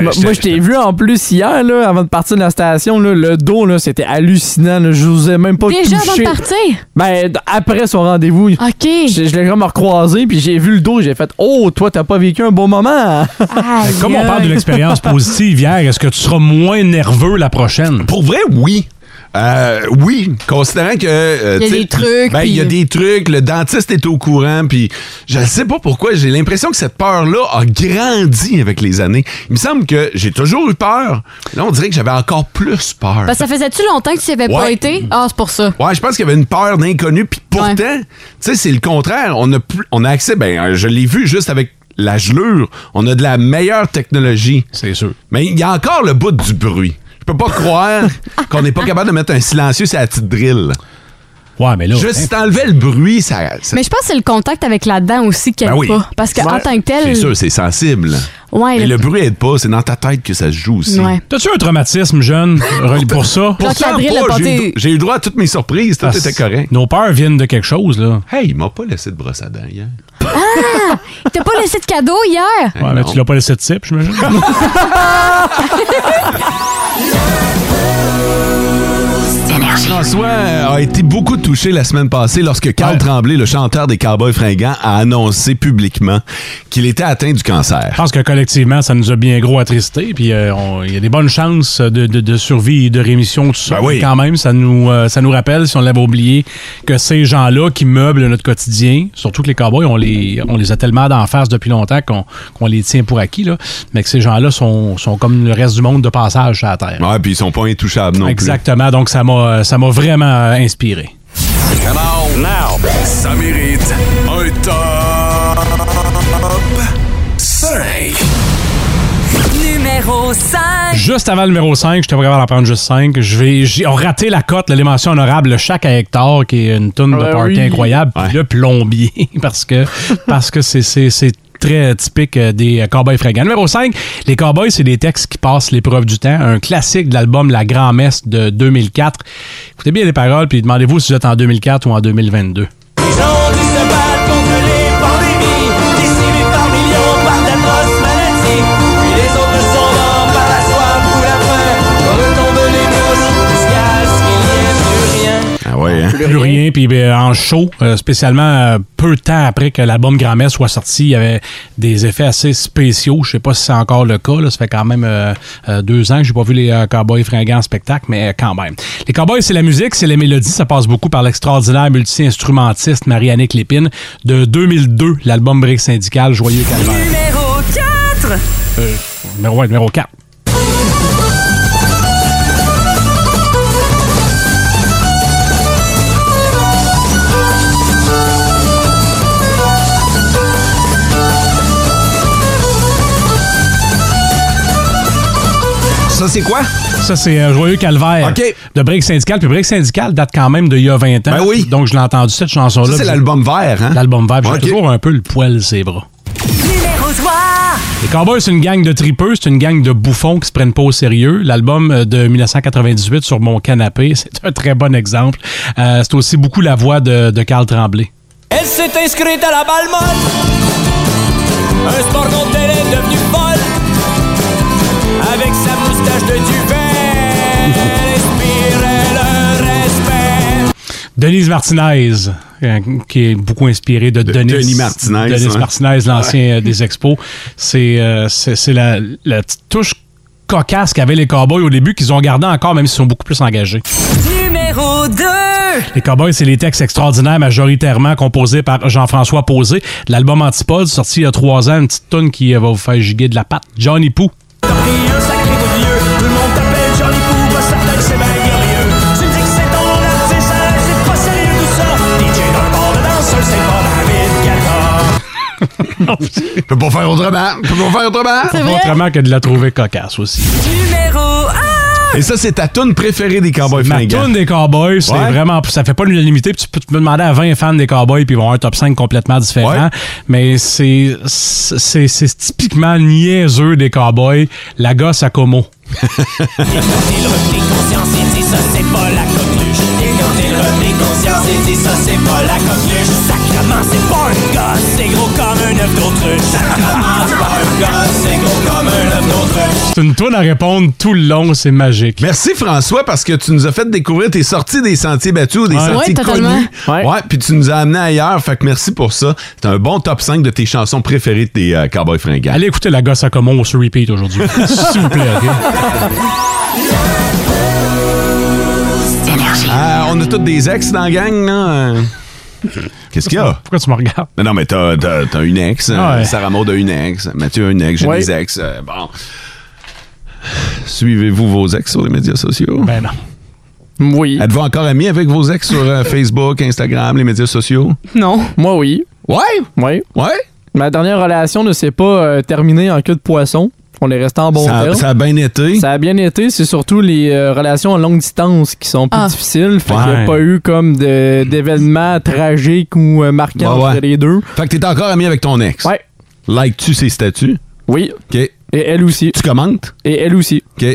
E: Moi, moi, je t'ai vu en plus hier, là, avant de partir de la station, là, le dos, là, c'était hallucinant. là. je vous ai même pas
B: Déjà avant de
E: touché.
B: partir? Ah.
E: Ben, d- après son rendez-vous,
B: OK.
E: je, je l'ai comme recroisé, puis j'ai vu le dos, j'ai fait « Oh, toi, t'as pas vécu un bon moment!
B: Aïe,
D: Comme on parle
B: aïe.
D: de l'expérience positive hier, est-ce que tu seras moins nerveux la prochaine?
C: Pour vrai, oui. Euh, oui, considérant que... euh,
B: Il y a
C: tu sais,
B: des trucs,
C: Ben, il y a
B: puis- euh,
C: des trucs, le dentiste est au courant, puis je ne sais pas pourquoi, j'ai l'impression que cette peur-là a grandi avec les années. Il me semble que j'ai toujours eu peur. Là, on dirait que j'avais encore plus peur.
B: Parce que ça faisait-tu longtemps que tu y avais pas
C: Ouais.
B: été? Ah, c'est pour ça.
C: Ouais, je pense qu'il y avait une peur d'inconnu. Puis pourtant, tu sais, c'est le contraire. On a, plus- on a accès, ben, euh, je l'ai vu juste avec la gelure. On a de la meilleure technologie.
D: C'est sûr.
C: Mais il y a encore le bout du bruit. Je peux pas croire qu'on n'est pas capable de mettre un silencieux sur la petite drill.
D: Ouais, mais là.
C: Juste si t'enlevais le bruit, ça. ça-
B: Mais je pense que c'est le contact avec la dent aussi qui aide
C: Ben oui.
B: pas. Parce qu'en
C: Ouais.
B: tant que tel.
C: C'est sûr, c'est sensible.
B: Ouais,
C: Mais le
B: le-
C: bruit aide pas, c'est dans ta tête que ça se joue aussi.
B: Ouais.
D: T'as-tu un traumatisme jeune relié pour ça?
B: Quand la drill a
C: pas, j'ai eu
B: porté-
C: dro- j'ai eu droit à toutes mes surprises, tout
D: Parce-
C: était correct.
D: Nos peurs viennent de quelque chose, là.
C: Hey, il m'a pas laissé de brosse à dents hein. hier.
B: T'as pas laissé de cadeau hier?
D: Ouais, mais tu l'as pas laissé de type, j'imagine.
C: François a été beaucoup touché la semaine passée lorsque Carl
D: Ouais.
C: Tremblay, le chanteur des Cowboys fringants, a annoncé publiquement qu'il était atteint du
D: Je
C: cancer.
D: pense que collectivement, ça nous a bien gros attristé. Puis euh, on- il y a des bonnes chances de, de- de survie et de rémission, tout ça.
C: Ben oui.
D: Mais Ah, Quand même, ça nous, euh, ça nous rappelle, si on l'avait oublié, que ces gens-là qui meublent notre quotidien, surtout que les cowboys, on les, on les a tellement d'en face depuis longtemps qu'on qu'on les tient pour acquis, là, mais que ces gens-là sont, sont comme le reste du monde de passage à la Terre.
C: Ouais, puis ils sont pas intouchables non plus.
D: Exactement. Donc, ça m'a ça m'a vraiment euh, inspiré.
F: Come on. Now. Ça mérite un top 5.
J: Numéro 5.
D: Juste avant le numéro 5, j'étais pas capable d'en prendre juste 5. Je vais, j'ai- on raté la cote, là, les mentions honorables, le chac à Hector, qui est une tonne de
E: Ah,
D: party
E: oui.
D: incroyable, puis
C: Ouais.
D: le plombier, parce que parce que c'est, c'est, c'est très typique euh, des euh, Cowboys fringants. Numéro 5, les Cowboys, c'est des textes qui passent l'épreuve du temps. Un classique de l'album La Grand-Messe de 2004. Écoutez bien les paroles, puis demandez-vous si vous êtes en 2004 ou en 2022.
G: Ils ont dû se battre contre les pandémies, décimés par millions par d'atroces maladies. Puis les autres sont morts par la soif ou
C: Ah hein.
D: bien. Puis ben, en show, euh, spécialement euh, peu de temps après que l'album Grand-Mère soit sorti, il y avait des effets assez spéciaux. Je sais pas si c'est encore le cas. Là. Ça fait quand même euh, euh, deux ans que j'ai pas vu les euh, Cowboys fringants en spectacle, mais euh, quand même. Les Cowboys, c'est la musique, c'est les mélodies. Ça passe beaucoup par l'extraordinaire multi-instrumentiste Marie-Annick Lépine de 2002, l'album Brick Syndical Joyeux Calvaire.
J: Numéro 4.
D: Euh, numéro 1, numéro 4.
C: Ça, c'est quoi?
D: Ça, c'est euh, Joyeux Calvaire
C: OK.
D: de Break Syndical. Puis Break Syndical date quand même d'il y a 20 ans.
C: Ben oui.
D: Donc, je l'ai entendu, cette chanson-là.
C: Ça, c'est l'album vert, hein?
D: L'album vert. Puis J'ai
C: OK.
D: toujours un peu le poil ses bras.
J: Numéro 3.
D: Les Cowboys, c'est une gang de tripeux, c'est une gang de bouffons qui se prennent pas au sérieux. L'album euh, de 1998 sur mon canapé, c'est un très bon exemple. Euh, c'est aussi beaucoup la voix de, de Carl Tremblay.
G: Elle s'est inscrite à la balle molle. Un sport dont elle est devenue folle. Avec sa moustache de duvet, elle inspirait le respect.
D: Denise Martinez, euh, qui est beaucoup inspirée de, Denise,
C: Denis Martinez,
D: Denise
C: hein.
D: Martinez, l'ancien euh, des Expos. C'est euh, c'est c'est la, la petite touche cocasse qu'avaient les Cowboys au début qu'ils ont gardé encore, même s'ils sont beaucoup plus engagés.
J: Numéro 2.
D: Les Cowboys, c'est les textes extraordinaires majoritairement composés par Jean-François Posé. L'album Antipode, sorti il y a trois ans, une petite toune qui euh, va vous faire giguer de la patte. Johnny Pooh.
G: T'as pris un sacré coup de vieux. Tout le monde t'appelle Johnny Pooh, pas certain que c'est bien glorieux. Tu me dis que c'est ton artiste, alors c'est pas sérieux tout ça. DJ d'un bord de danseur, c'est pas David Guetta.
C: Je peux pas faire autrement. Je peux pas faire autrement.
B: vrai?
D: Autrement que de la trouver cocasse aussi.
J: Numéro 1.
C: Et ça, c'est ta toune préférée des Cowboys
D: Ma
C: fringants.
D: toune des Cowboys, c'est
C: Ouais.
D: vraiment. Ça fait pas l'unanimité. puis Tu peux tu peux demander à 20 fans des Cowboys, puis ils vont avoir un top 5 complètement différent.
C: Ouais.
D: Mais c'est c'est- c'est typiquement niaiseux des Cowboys. La gosse à Como.
G: Il reprit conscience et dit ça c'est pas la coqueluche Et quand il reprit conscience et dit ça c'est pas la coqueluche Sacrement c'est pas un gosse, c'est gros comme un œuf d'autruche Sacrement c'est pas un gosse, c'est gros comme un œuf d'autruche
D: C'est une toune à répondre tout le long. C'est magique.
C: Merci François parce que tu nous as fait découvrir tes sorties des sentiers battus ou des
D: Ouais.
C: sentiers
B: Ouais, totalement.
C: connus.
E: Ouais.
C: puis tu nous as amenés ailleurs. Fait que merci pour ça. C'est un bon top 5 de tes chansons préférées de tes euh, Cowboys fringants.
D: Allez écouter la gosse à Como au sur repeat aujourd'hui. S'il vous plaît. ok?
C: Ah, on a tous des ex dans la gang, là. Euh, Qu'est-ce qu'il y a?
D: Pourquoi tu me regardes?
C: Non, non, mais t'as, t'as- t'as une ex. euh,
D: Ouais.
C: Sarah Maud a une ex. Mathieu a une ex. J'ai
E: Ouais.
C: des ex. euh, bon. Suivez-vous vos ex sur les médias sociaux?
D: Ben non.
E: Oui.
C: Êtes-vous encore amis avec vos ex sur euh, Facebook, Instagram, les médias sociaux?
B: Non.
E: Moi, oui.
C: Ouais!
E: Oui.
C: Ouais!
E: Ma dernière relation ne s'est pas euh, terminée en queue de poisson. On est resté en bon
C: ça, a-
E: terme.
C: ça a bien été.
E: Ça a bien été, c'est surtout les euh, relations à longue distance qui sont plus
B: Ah.
E: difficiles. Fait qu'il n'y
D: Ouais.
E: a pas eu comme de- d'événements tragiques ou euh, marquants
C: Ouais, ouais.
E: entre les deux.
C: Fait que t'es encore ami avec ton ex.
E: Ouais.
C: Like-tu ses statuts?
E: Oui.
C: OK.
E: Et elle aussi.
C: Tu commentes?
E: Et elle aussi.
C: OK.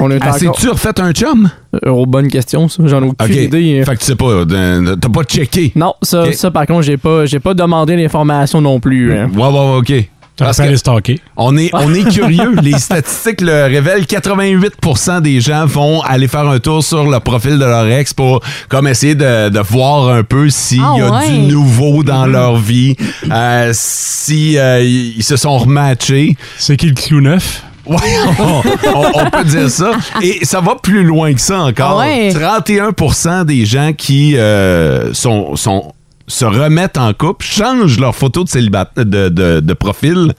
E: On est
C: Ah,
E: encore...
C: tu refait un chum?
E: Euh, oh, bonne question, ça. J'en ai aucune
C: OK.
E: idée. hein.
C: Fait que tu sais pas, euh, t'as pas checké.
E: Non, ça,
C: Ok.
E: ça par contre, j'ai pas, j'ai pas demandé l'information non plus. hein.
C: Ouais, ouais, ouais, OK.
D: T'aurais
C: Parce
D: pu
C: que-
D: aller stalker.
C: On est, on est curieux. Les statistiques le révèlent. 88 des gens vont aller faire un tour sur le profil de leur ex pour comme essayer de, de voir un peu s'il
B: Ah
C: y a
B: ouais. Mm-hmm.
C: du nouveau dans leur vie, euh, si euh, ils se sont rematchés.
D: C'est qui le clou neuf?
C: Ouais, on, on- on peut dire ça. Et ça va plus loin que ça encore.
B: Ah ouais.
C: 31 des gens qui euh, sont, sont- se remettent en couple changent leur photo de, célibat- de, de- de profil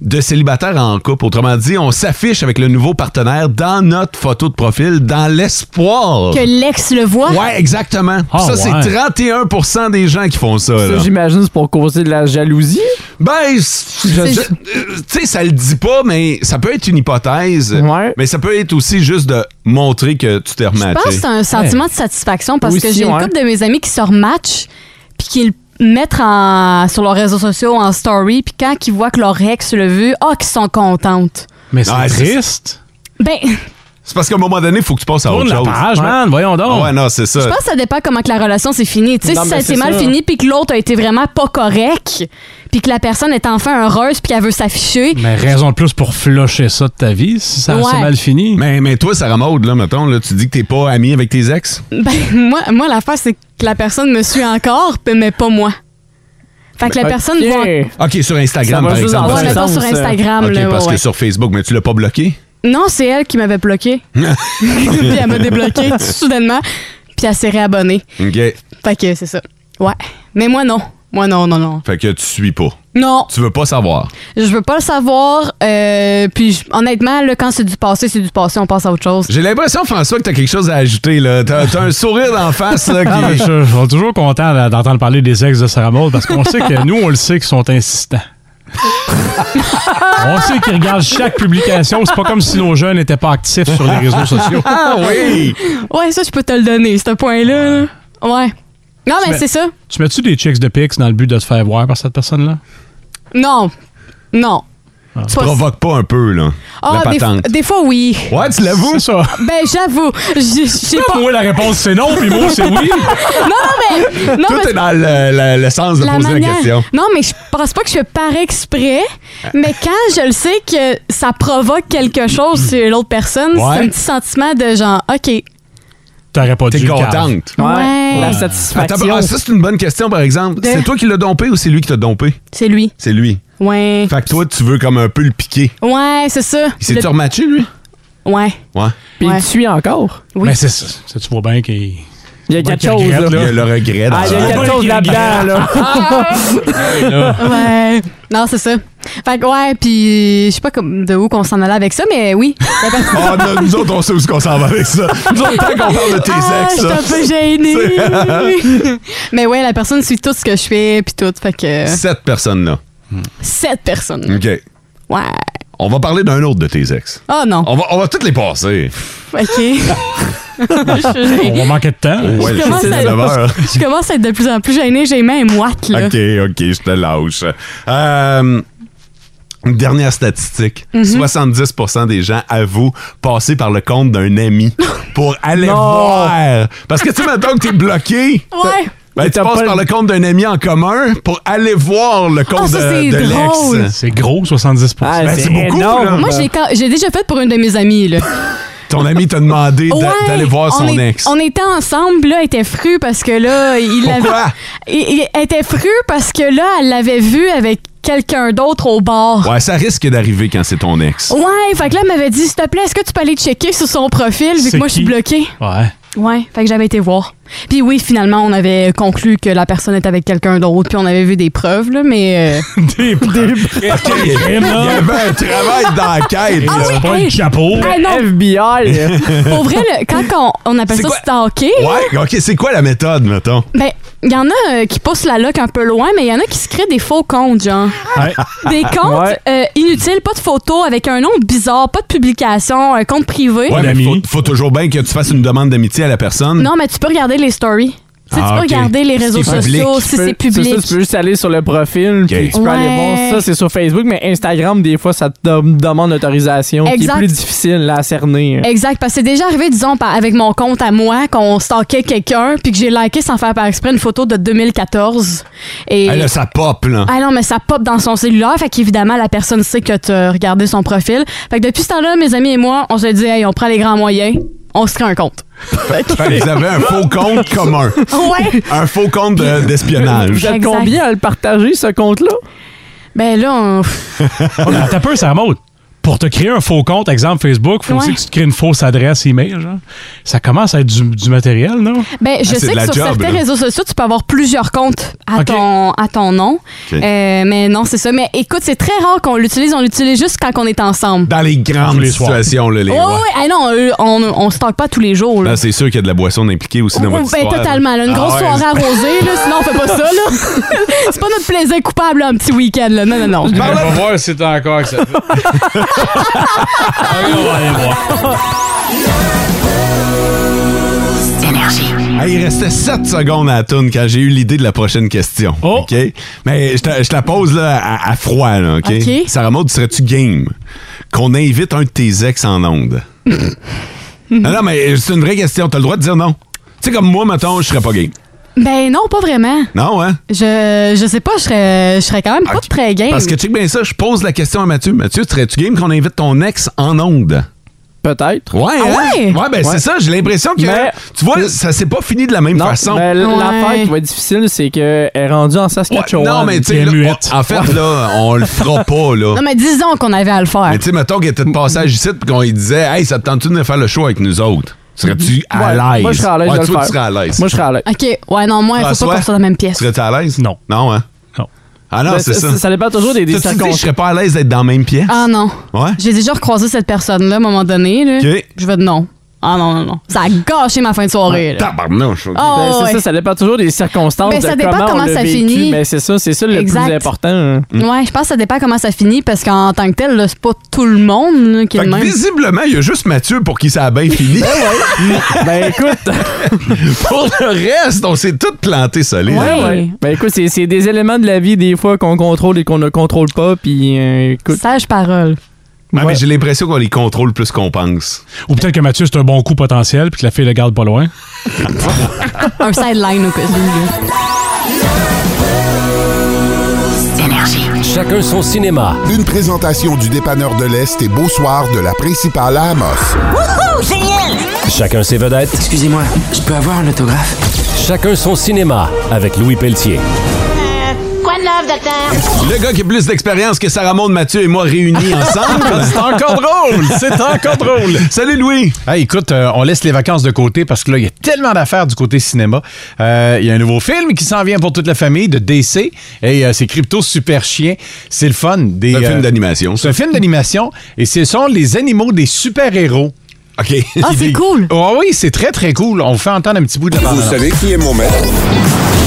C: de célibataire en couple. Autrement dit, on s'affiche avec le nouveau partenaire dans notre photo de profil dans l'espoir.
B: Que l'ex le voit.
C: Ouais, exactement.
D: Ah,
C: ça,
D: ouais.
C: c'est 31 des gens qui font ça. là.
E: Ça, j'imagine, c'est pour causer de la jalousie.
C: Ben, c- je- je-
B: ju-
C: euh, tu sais, ça le dit pas, mais ça peut être une hypothèse.
E: Ouais.
C: Mais ça peut être aussi juste de montrer que tu t'es
B: Je pense que
C: rematché.
B: c'est un sentiment de satisfaction parce
E: Oui,
B: que
E: si,
B: j'ai une
E: ouais.
B: couple de mes amis qui se rematchent puis qui le mettent en- sur leurs réseaux sociaux en story puis quand ils voient que leur ex le veut, ah, qu'ils sont contentes.
D: Mais c'est
C: Ouais, c'est-
D: triste.
B: Ben,
C: C'est parce qu'à un moment donné, il faut que tu passes à
D: Tourne
C: autre
D: la
C: chose.
D: page, man, voyons donc.
C: Ouais, non, c'est ça.
B: Je pense que ça dépend comment que la relation s'est finie. Tu sais,
C: Non,
B: si
C: mais
B: ça
C: c'est
B: s'est mal
C: ça.
B: fini puis que l'autre a été vraiment pas correct, puis que la personne est enfin heureuse puis qu'elle veut s'afficher.
D: Mais raison de plus pour flusher ça de ta vie, si ça
B: Ouais.
D: c'est mal fini.
C: Mais, mais toi, Sarah Maud, là, mettons, là, tu dis que t'es pas ami avec tes ex?
B: Ben, moi, moi l'affaire, c'est que la personne me suit encore, p- mais pas moi. Fait que la personne voit.
C: Ben, OK, sur
B: Ça
C: Instagram,
B: va
C: par
B: juste
C: exemple.
B: dans Ouais, le mettons sens, sur Instagram,
C: euh, OK,
B: là, ouais,
C: parce que
B: ouais.
C: sur Facebook, mais tu l'as pas bloqué?
B: Non, c'est elle qui m'avait bloqué. puis elle m'a débloqué tout soudainement, puis elle s'est réabonnée.
C: OK.
B: Fait que c'est ça. Ouais. Mais moi, non. Moi, non, non, non.
C: Fait que tu suis pas.
B: Non.
C: Tu veux pas savoir.
B: Je veux pas le savoir. euh, puis je- honnêtement, là, quand c'est du passé, c'est du passé, on passe à autre chose.
C: J'ai l'impression, François, que t'as quelque chose à ajouter, là. T'as t'as un sourire d'en face, là,
D: Ah, mais
C: qui...
D: je, je suis toujours content d'a- d'entendre parler des ex de Sarah Maud parce qu'on sait que nous, on le sait qu'ils sont insistants. on sait qu'ils regardent chaque publication. C'est pas comme si nos jeunes n'étaient pas actifs sur les réseaux sociaux.
C: Ah
B: Ouais, ça, je peux te le donner, ce point-là. là. Ouais. Non,
D: Tu
B: mais
D: mets-
B: c'est ça.
D: Tu mets-tu des checks de pics dans le but de te faire voir par cette personne-là?
B: Non. Non.
C: Tu
B: Pas-
C: provoques pas un peu, là,
B: Ah,
C: la
B: des,
C: patente.
B: f- des fois, oui.
C: Ouais, tu l'avoues?
D: ça.
B: Ben, j'avoue. J'ai j'ai pas.
D: Moi, la réponse, c'est non, puis moi, c'est oui.
B: Non, non, mais. Non,
C: Toi,
B: mais
C: t'es dans le, le- le sens de
B: la
C: poser
B: manière-
C: la question.
B: Non, mais je pense pas que je parais exprès, mais quand je le sais que ça provoque quelque chose sur l'autre personne,
D: Ouais.
B: c'est un petit sentiment de genre, OK.
D: T'aurais pas dû
C: T'es
D: le cave.
C: contente.
B: Ouais. Ouais. La
C: Attends, ah, ça, c'est une bonne question, par exemple.
B: De-
C: C'est toi qui l'as dompé ou c'est lui qui t'a dompé?
B: C'est lui.
C: C'est lui.
B: Ouais.
C: Fait que toi, tu veux comme un peu le piquer.
B: Ouais, c'est ça.
C: Il s'est-tu
B: Le-
C: rematché, lui?
B: Ouais.
C: Ouais.
E: Puis il te suit encore.
B: Oui.
D: Mais Ben, c'est ça. Ça, Tu vois bien qu'il.
E: Il y a
D: Ouais,
E: quelque
D: qu'il
E: chose,
D: regrette,
E: là.
C: Il y a le regret. dans
E: Ah, il y a
C: ça.
E: quelque chose là-dedans, là.
B: Ouais. Non, c'est ça. Fait que, ouais, puis je sais pas comme de où qu'on s'en allait avec ça, mais oui. La personne-
C: Ah, non, nous autres, on sait où est-ce qu'on s'en va avec ça. Nous autres, tant qu'on parle de tes
B: Ah,
C: ex,
B: je suis
C: là.
B: un peu gênée. mais ouais, la personne suit tout ce que je fais, puis tout. Fait que.
C: Cette personne-là.
B: Sept personnes.
C: OK. Mm.
B: Ouais.
C: On va parler d'un autre de tes ex.
B: Oh non.
C: On va, on va toutes les passer.
B: OK.
D: On va
B: je,
D: manquer de temps.
C: Ouais,
B: je
C: le
B: commence
C: show,
B: à-
C: c'est 19 heures.
B: je commence à être de plus en plus gênée. J'ai les mains moites, là.
C: OK, OK, je te lâche. Euh, une dernière statistique.
B: Mhm.
C: 70 des gens avouent passer par le compte d'un ami pour aller voir. Parce que tu sais, maintenant que t'es bloqué,
B: Ouais.
C: ben, tu
E: t'as
C: passes
E: pas
C: par
E: le-
C: le compte d'un ami en commun pour aller voir le compte
B: Ah, ça,
C: de,
B: c'est
C: de
B: drôle.
C: l'ex.
D: C'est gros, 70
E: Ah,
C: Ben, Hein? c'est beaucoup, là.
B: Moi, j'ai quand- j'ai déjà fait pour une de mes amies, là.
C: Ton ami t'a demandé d'a-
B: Ouais,
C: d'aller voir
B: on
C: son
B: est-
C: ex.
B: On était ensemble, là, elle était fru parce que là, il l'avait-
C: Pourquoi?
B: Il, il était fru parce que là, elle l'avait vu avec quelqu'un d'autre au bar.
C: Ouais, ça risque d'arriver quand c'est ton ex.
B: Ouais. fait que là, elle m'avait dit, s'il te plaît, est-ce que tu peux aller checker sur son profil vu
D: C'est
B: que moi, je suis
D: qui?
B: bloquée?
D: Ouais.
B: Ouais, fait que j'avais été voir. Puis oui, finalement, on avait conclu que la personne était avec quelqu'un d'autre, puis on avait vu des preuves, là, mais. euh,
D: Des
C: Il y avait
D: crimes, là.
C: un travail d'enquête.
B: Ah
C: là.
D: Eh C'est pas
B: hey.
D: le capot.
B: Ah non,
E: FBI.
B: pour vrai, le- quand on, on appelle
C: C'est
B: ça
C: quoi?
B: stalker,
C: Ouais, OK, c'est quoi la méthode, mettons?
B: ben, il y en a euh, qui poussent la loque un peu loin, mais il y en a qui se créent des faux comptes, genre.
D: Ouais.
B: Des
C: Ah,
B: comptes
E: Ouais.
B: euh, inutiles, pas de photos, avec un nom bizarre, pas de publication, un compte privé.
C: Ouais,
D: Pas
C: mais faut,
D: d'amis.
C: faut toujours bien que tu fasses une demande d'amitié à la personne.
B: Non, mais tu peux regarder les stories. Tu sais,
C: Ah,
B: tu peux
C: ok.
B: regarder les
C: Si
B: réseaux
C: c'est public,
B: sociaux
C: tu
B: si c'est
E: Peux-
B: public.
E: ça, tu peux juste aller sur le profil, puis tu peux aller
B: Ouais.
E: voir ça, c'est sur Facebook, mais Instagram, des fois, ça te dem- demande l'autorisation, qui
B: Exact.
E: est plus difficile à cerner.
B: Exact, parce que c'est déjà arrivé, disons, par- avec mon compte à moi, qu'on stalkait quelqu'un, puis que j'ai liké sans faire par exprès une photo de 2014. Et...
C: Elle a sa pop, là.
B: Ah non, mais ça pop dans son cellulaire, fait qu'évidemment, la personne sait que tu as regardé son profil. Fait que depuis ce temps-là, mes amis et moi, on se dit, hey, on prend les grands moyens, on se crée un compte. ben,
C: Fait que Vous avez un faux compte commun.
B: Ouais!
C: Un faux compte de- d'espionnage.
E: Vous êtes
B: Exact.
E: combien à le partager, ce compte-là?
B: ben là, on...
D: Oh, mais T'as peur, ça remonte. Pour te créer un faux compte, exemple Facebook, faut aussi
B: Ouais.
D: que tu te crées une fausse adresse email. Genre. Ça commence à être du, du matériel, non?
B: ben,
C: Ah,
B: je
C: c'est de
B: sais que
C: la
B: sur
C: job,
B: certains
C: là.
B: réseaux sociaux, tu peux avoir plusieurs comptes à,
D: Ok.
B: ton, à ton nom.
C: Ok.
B: Euh, mais non, c'est ça. Mais écoute, c'est très rare qu'on l'utilise. On l'utilise juste quand on est ensemble.
C: Dans les
D: Tous
C: grandes
D: les soirs.
C: situations, là, les
B: Ouais, ouais, ah non, euh, on, on se talk pas tous les jours. Là.
C: Là, c'est sûr qu'il y a de la boisson impliquée aussi dans
B: Oh,
C: votre
B: ben,
C: histoire.
B: totalement. là, une
C: Ah
B: grosse
C: ouais.
B: soirée arrosée, là, sinon on fait pas ça. là. c'est pas notre plaisir coupable, là, un petit week-end. Là. Non, non, non.
D: On va voir si t'es encore avec ça.
C: Hey, il restait 7 secondes à la toune quand j'ai eu l'idée de la prochaine question.
D: Oh.
C: OK? Mais je te, je te la pose là, à, à froid, là, OK?
B: OK.
C: Sarah Maud, serais-tu game qu'on invite un de tes ex en onde? Non, non, mais c'est une vraie question. T'as le droit de dire non. Tu sais, comme moi, mettons, je serais pas gay.
B: Ben non, pas vraiment.
C: Non, hein?
B: Je, je sais pas, je serais, je serais quand même pas très game.
C: Parce que check bien ça, je pose la question à Mathieu. Mathieu, serais-tu game qu'on invite ton ex en onde?
E: Peut-être.
C: Ouais,
E: Ah
C: hein?
E: ouais?
C: Ouais, ben
E: Ouais.
C: c'est ça, j'ai l'impression que.
E: Mais-
C: Tu vois, ça s'est pas fini de la même
E: Non,
C: façon.
E: mais l-
B: Ouais.
E: l'affaire qui va être difficile, c'est qu'elle est rendue en Saskatchewan.
C: non, mais tu sais,
L: T'es
C: là,
L: muette.
C: on- en fait, là, on le fera pas, là.
B: Non, mais disons qu'on avait à le faire.
C: Mais tu sais, mettons qu'il était de passage ici puis qu'on lui disait Hey, ça te tente-tu de venir faire le show avec nous autres? Serais-tu à
E: Ouais,
C: l'aise?
E: Moi, je serais à l'aise
C: Ouais,
E: de le
C: toi,
E: faire.
C: tu serais à l'aise.
E: Moi, je serais à l'aise.
B: OK, ouais, non, moi, il faut
C: François?
B: pas qu'on soit dans la même pièce.
C: Serais-tu à l'aise?
L: Non.
C: Non, hein?
L: Non.
C: Ah non,
E: Ben,
C: c'est ça.
E: Ça dépend toujours des, des
C: T'as-tu dit, je
E: circonstances.
C: serais pas à l'aise d'être dans la même pièce?
B: Ah non.
C: Ouais?
B: J'ai déjà recroisé cette personne-là à un moment donné. Là.
C: OK.
B: Je vais de non. Ah non, non, non. Ça a gâché ma fin de soirée. là.
C: Tabarnouche. ok.
B: Oh,
E: Ben, c'est
B: Ah, ouais.
E: ça, ça dépend toujours des circonstances.
B: Ben,
E: de
B: ça dépend comment
E: on l'a
B: ça
E: vécu.
B: finit.
E: Mais c'est ça, c'est ça le
B: Exact.
E: plus important. hein.
B: Ouais, je pense que ça dépend comment ça finit parce qu'en tant que tel, là, c'est pas tout le monde là, qui est
C: Fait
B: le
C: que
B: même.
C: visiblement, il y a juste Mathieu pour qui ça a bien fini.
E: ben écoute,
C: pour le reste, on s'est tous plantés solide.
B: Ouais.
E: ben écoute, c'est c'est des éléments de la vie des fois qu'on contrôle et qu'on ne contrôle pas. Puis euh, écoute,
B: Sage parole.
C: Ouais, Ah, mais
E: Ouais.
C: j'ai l'impression qu'on les contrôle plus qu'on pense.
L: Ou peut-être que Mathieu, c'est un bon coup potentiel puis que la fille le garde pas loin.
B: Un sideline au cas où. là.
M: Chacun son cinéma.
G: Une présentation du dépanneur de l'Est et Beau Soir de la principale à Amos.
M: Chacun ses vedettes.
A: Excusez-moi, je peux avoir un autographe?
M: Chacun son cinéma avec Louis Pelletier.
C: Le gars qui a plus d'expérience que Sarah Maud, Mathieu et moi réunis ensemble. c'est encore drôle. C'est encore drôle. Salut Louis.
D: Hey, écoute, euh, on laisse les vacances de côté parce que là, il y a tellement d'affaires du côté cinéma. Euh, Il y a un nouveau film qui s'en vient pour toute la famille de DC. Et euh, c'est Crypto Super Chien. C'est le fun. Des,
C: C'est un film
D: euh,
C: d'animation.
D: C'est un film d'animation. Et ce sont les animaux des super-héros.
C: OK.
B: Ah, c'est cool.
D: Oh, oui, c'est très, très cool. On vous fait entendre un petit bout de la
G: Vous
D: bande-annonce.
G: savez qui est mon maître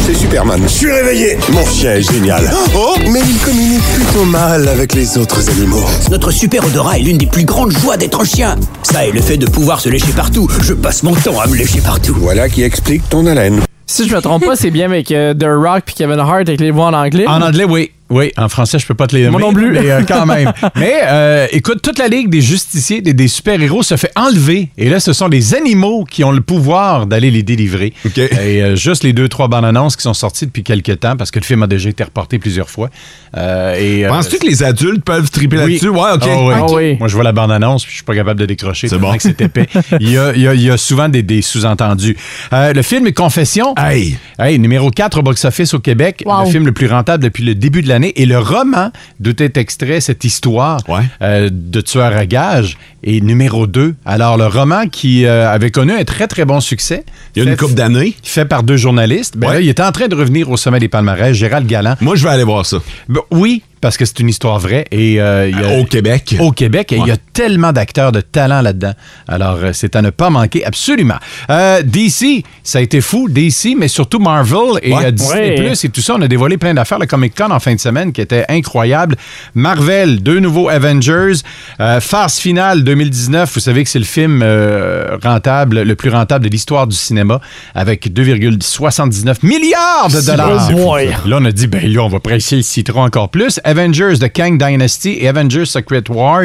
G: C'est Superman.
M: Je suis réveillé. Mon chien est génial.
G: Oh, mais il communique plutôt mal avec les autres animaux.
A: Notre super odorat est l'une des plus grandes joies d'être un chien. Ça et le fait de pouvoir se lécher partout. Je passe mon temps à me lécher partout.
G: Voilà qui explique ton haleine.
E: si je me trompe pas, c'est bien avec euh, The Rock puis Kevin Hart avec les voix en anglais.
D: En anglais, oui. Oui, en français, je peux pas te les nommer.
E: non plus.
D: Mais euh, quand même. mais euh, écoute, toute la ligue des justiciers, des, des super-héros se fait enlever. Et là, ce sont les animaux qui ont le pouvoir d'aller les délivrer.
C: OK.
D: Et euh, juste les deux, trois bandes annonces qui sont sorties depuis quelques temps, parce que le film a déjà été reporté plusieurs fois. Euh, et, euh,
C: Penses-tu que les adultes peuvent triper
D: oui.
C: là-dessus? Ouais, OK.
D: Ah oui.
E: Ah oui.
D: Moi, je vois la bande-annonce, puis je suis pas capable de décrocher.
C: C'est
D: tellement
C: bon.
D: que c'est épais. Il y a, il y a- il y a souvent des, des sous-entendus. Euh, le film est Confession.
C: Hey.
D: Hey, numéro 4 au box-office au Québec,
B: Wow.
D: le film le plus rentable depuis le début de l'année. Et le roman d'où est extrait cette histoire
C: Ouais.
D: euh, de tueur à gages est numéro 2. Alors, le roman qui euh, avait connu un très, très bon succès.
C: Il y a une
D: fait-
C: couple d'années.
D: Fait par deux journalistes. Ben
C: Ouais.
D: là, il était en train de revenir au sommet des palmarès, Gérald Galland.
C: Moi, je vais aller voir ça.
D: Ben, oui, parce que c'est une histoire vraie. Et, euh, il y a-
C: Au Québec.
D: Au Québec, et il y a
C: Ouais.
D: tellement d'acteurs de talent là-dedans. Alors, euh, c'est à ne pas manquer, absolument. Euh, DC, ça a été fou, DC, mais surtout Marvel et
C: Ouais.
D: euh, Disney+,
E: Ouais.
D: et tout ça. On a dévoilé plein d'affaires. Le Comic-Con en fin de semaine qui était incroyable. Marvel, deux nouveaux Avengers. Euh, Phase finale 2019, vous savez que c'est le film euh, rentable, le plus rentable de l'histoire du cinéma, avec 2,79 milliards de dollars.
E: bon, c'est fou, ça.
D: Là, on a dit, ben là, on va presser le citron encore plus. Avengers The Kang Dynasty et Avengers Secret Wars,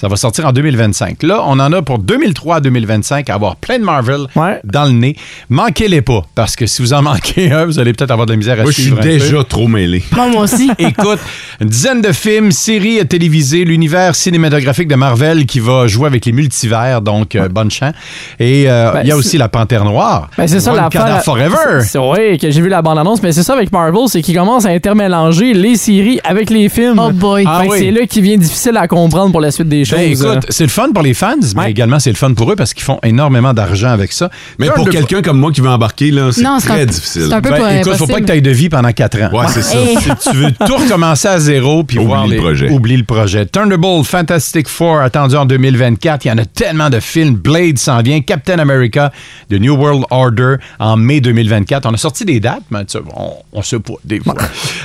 D: ça va sortir en 2025. Là, on en a pour 2003 à 2025 à avoir plein de Marvel
E: Ouais.
D: dans le nez. Manquez-les pas, parce que si vous en manquez un, vous allez peut-être avoir de la misère à
C: Moi, je suis
D: suivre un peu.
C: déjà trop mêlé.
B: Moi, moi aussi.
D: Écoute, une dizaine de films, séries euh, télévisées, l'univers cinématographique de Marvel qui va jouer avec les multivers, donc euh, bonne chance. Et euh, il
E: Ben,
D: y a
E: c'est-
D: aussi la Panthère Noire.
E: Ben, c'est ça
D: Wakanda
E: l'affaire.
D: Forever.
E: Oui, que j'ai vu la bande-annonce, mais c'est ça avec Marvel, c'est qu'ils commencent à intermélanger les séries avec les films.
B: Oh boy.
D: Ah
E: Fait que
D: oui.
E: C'est là qui vient difficile à comprendre pour la suite des choses. euh,
D: Ben, écoute, c'est le fun pour les fans, mais
E: hein. Ouais.
D: également c'est le fun pour eux parce qu'ils font énormément d'argent avec ça.
C: Mais pour
D: Thunderbolt-
C: quelqu'un comme moi qui veut embarquer, là, c'est
B: Non, c'est
C: très
B: un-
C: difficile.
B: c'est un peu
D: Ben,
B: pas
D: écoute, faut
B: impossible.
D: pas que tu ailles de vie pendant quatre ans.
C: Ouais, c'est ça.
B: Hey.
D: Si tu veux tout recommencer à zéro puis
C: Oublie
D: voir
C: le
D: les-
C: projet.
D: oublie le projet. Thunderbolt, Fantastic Four attendu en 2024. Il y en a tellement de films. Blade s'en vient. Captain America, The New World Order en mai 2024. On a sorti des dates, mais tu sais, on, on sait pas des fois.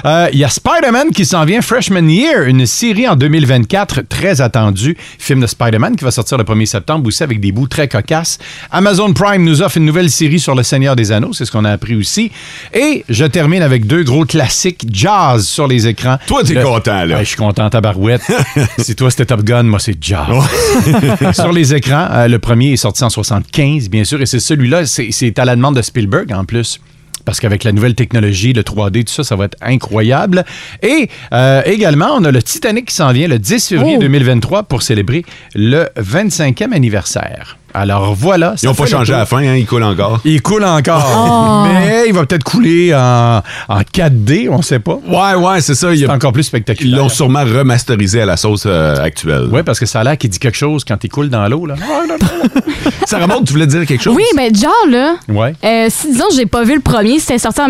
D: Euh, Il y a Spider-Man qui s'en vient Freshman Year, une série en 2024 très attendue. Film de Spider-Man qui va sortir le 1er septembre aussi avec des bouts très cocasses. Amazon Prime nous offre une nouvelle série sur Le Seigneur des Anneaux, c'est ce qu'on a appris aussi. Et je termine avec deux gros classiques jazz sur les écrans.
C: Toi, t'es
D: Le-
C: content, là.
D: Ouais, je suis content, tabarouette. si toi, c'était Top Gun, moi, c'est jazz.
C: Ouais.
D: sur les écrans, euh, le premier est sorti en 75, bien sûr, et c'est celui-là, c'est c'est à la demande de Spielberg en plus. Parce qu'avec la nouvelle technologie, le 3D, tout ça, ça va être incroyable. Et euh, également, on a le Titanic qui s'en vient le 10 février
C: Oh.
D: 2023 pour célébrer le 25e anniversaire. Alors voilà.
C: Ils
D: ça
C: n'ont pas
D: fait le
C: changé à
D: tour.
C: la fin, hein, ils coulent encore.
D: Il coule
C: Oh.
D: encore. Mais il va peut-être couler en, en 4D, on sait pas.
C: Ouais, ouais, c'est ça.
D: C'est encore plus spectaculaire.
C: Ils l'ont sûrement remasterisé à la sauce euh, actuelle.
D: Oui, parce que ça a l'air qu'il dit quelque chose quand il coule dans l'eau. là.
C: Sarah Maud, tu voulais dire quelque chose?
B: Oui, mais genre, là,
D: Ouais.
B: euh, si disons que j'ai pas vu le premier, c'était sorti en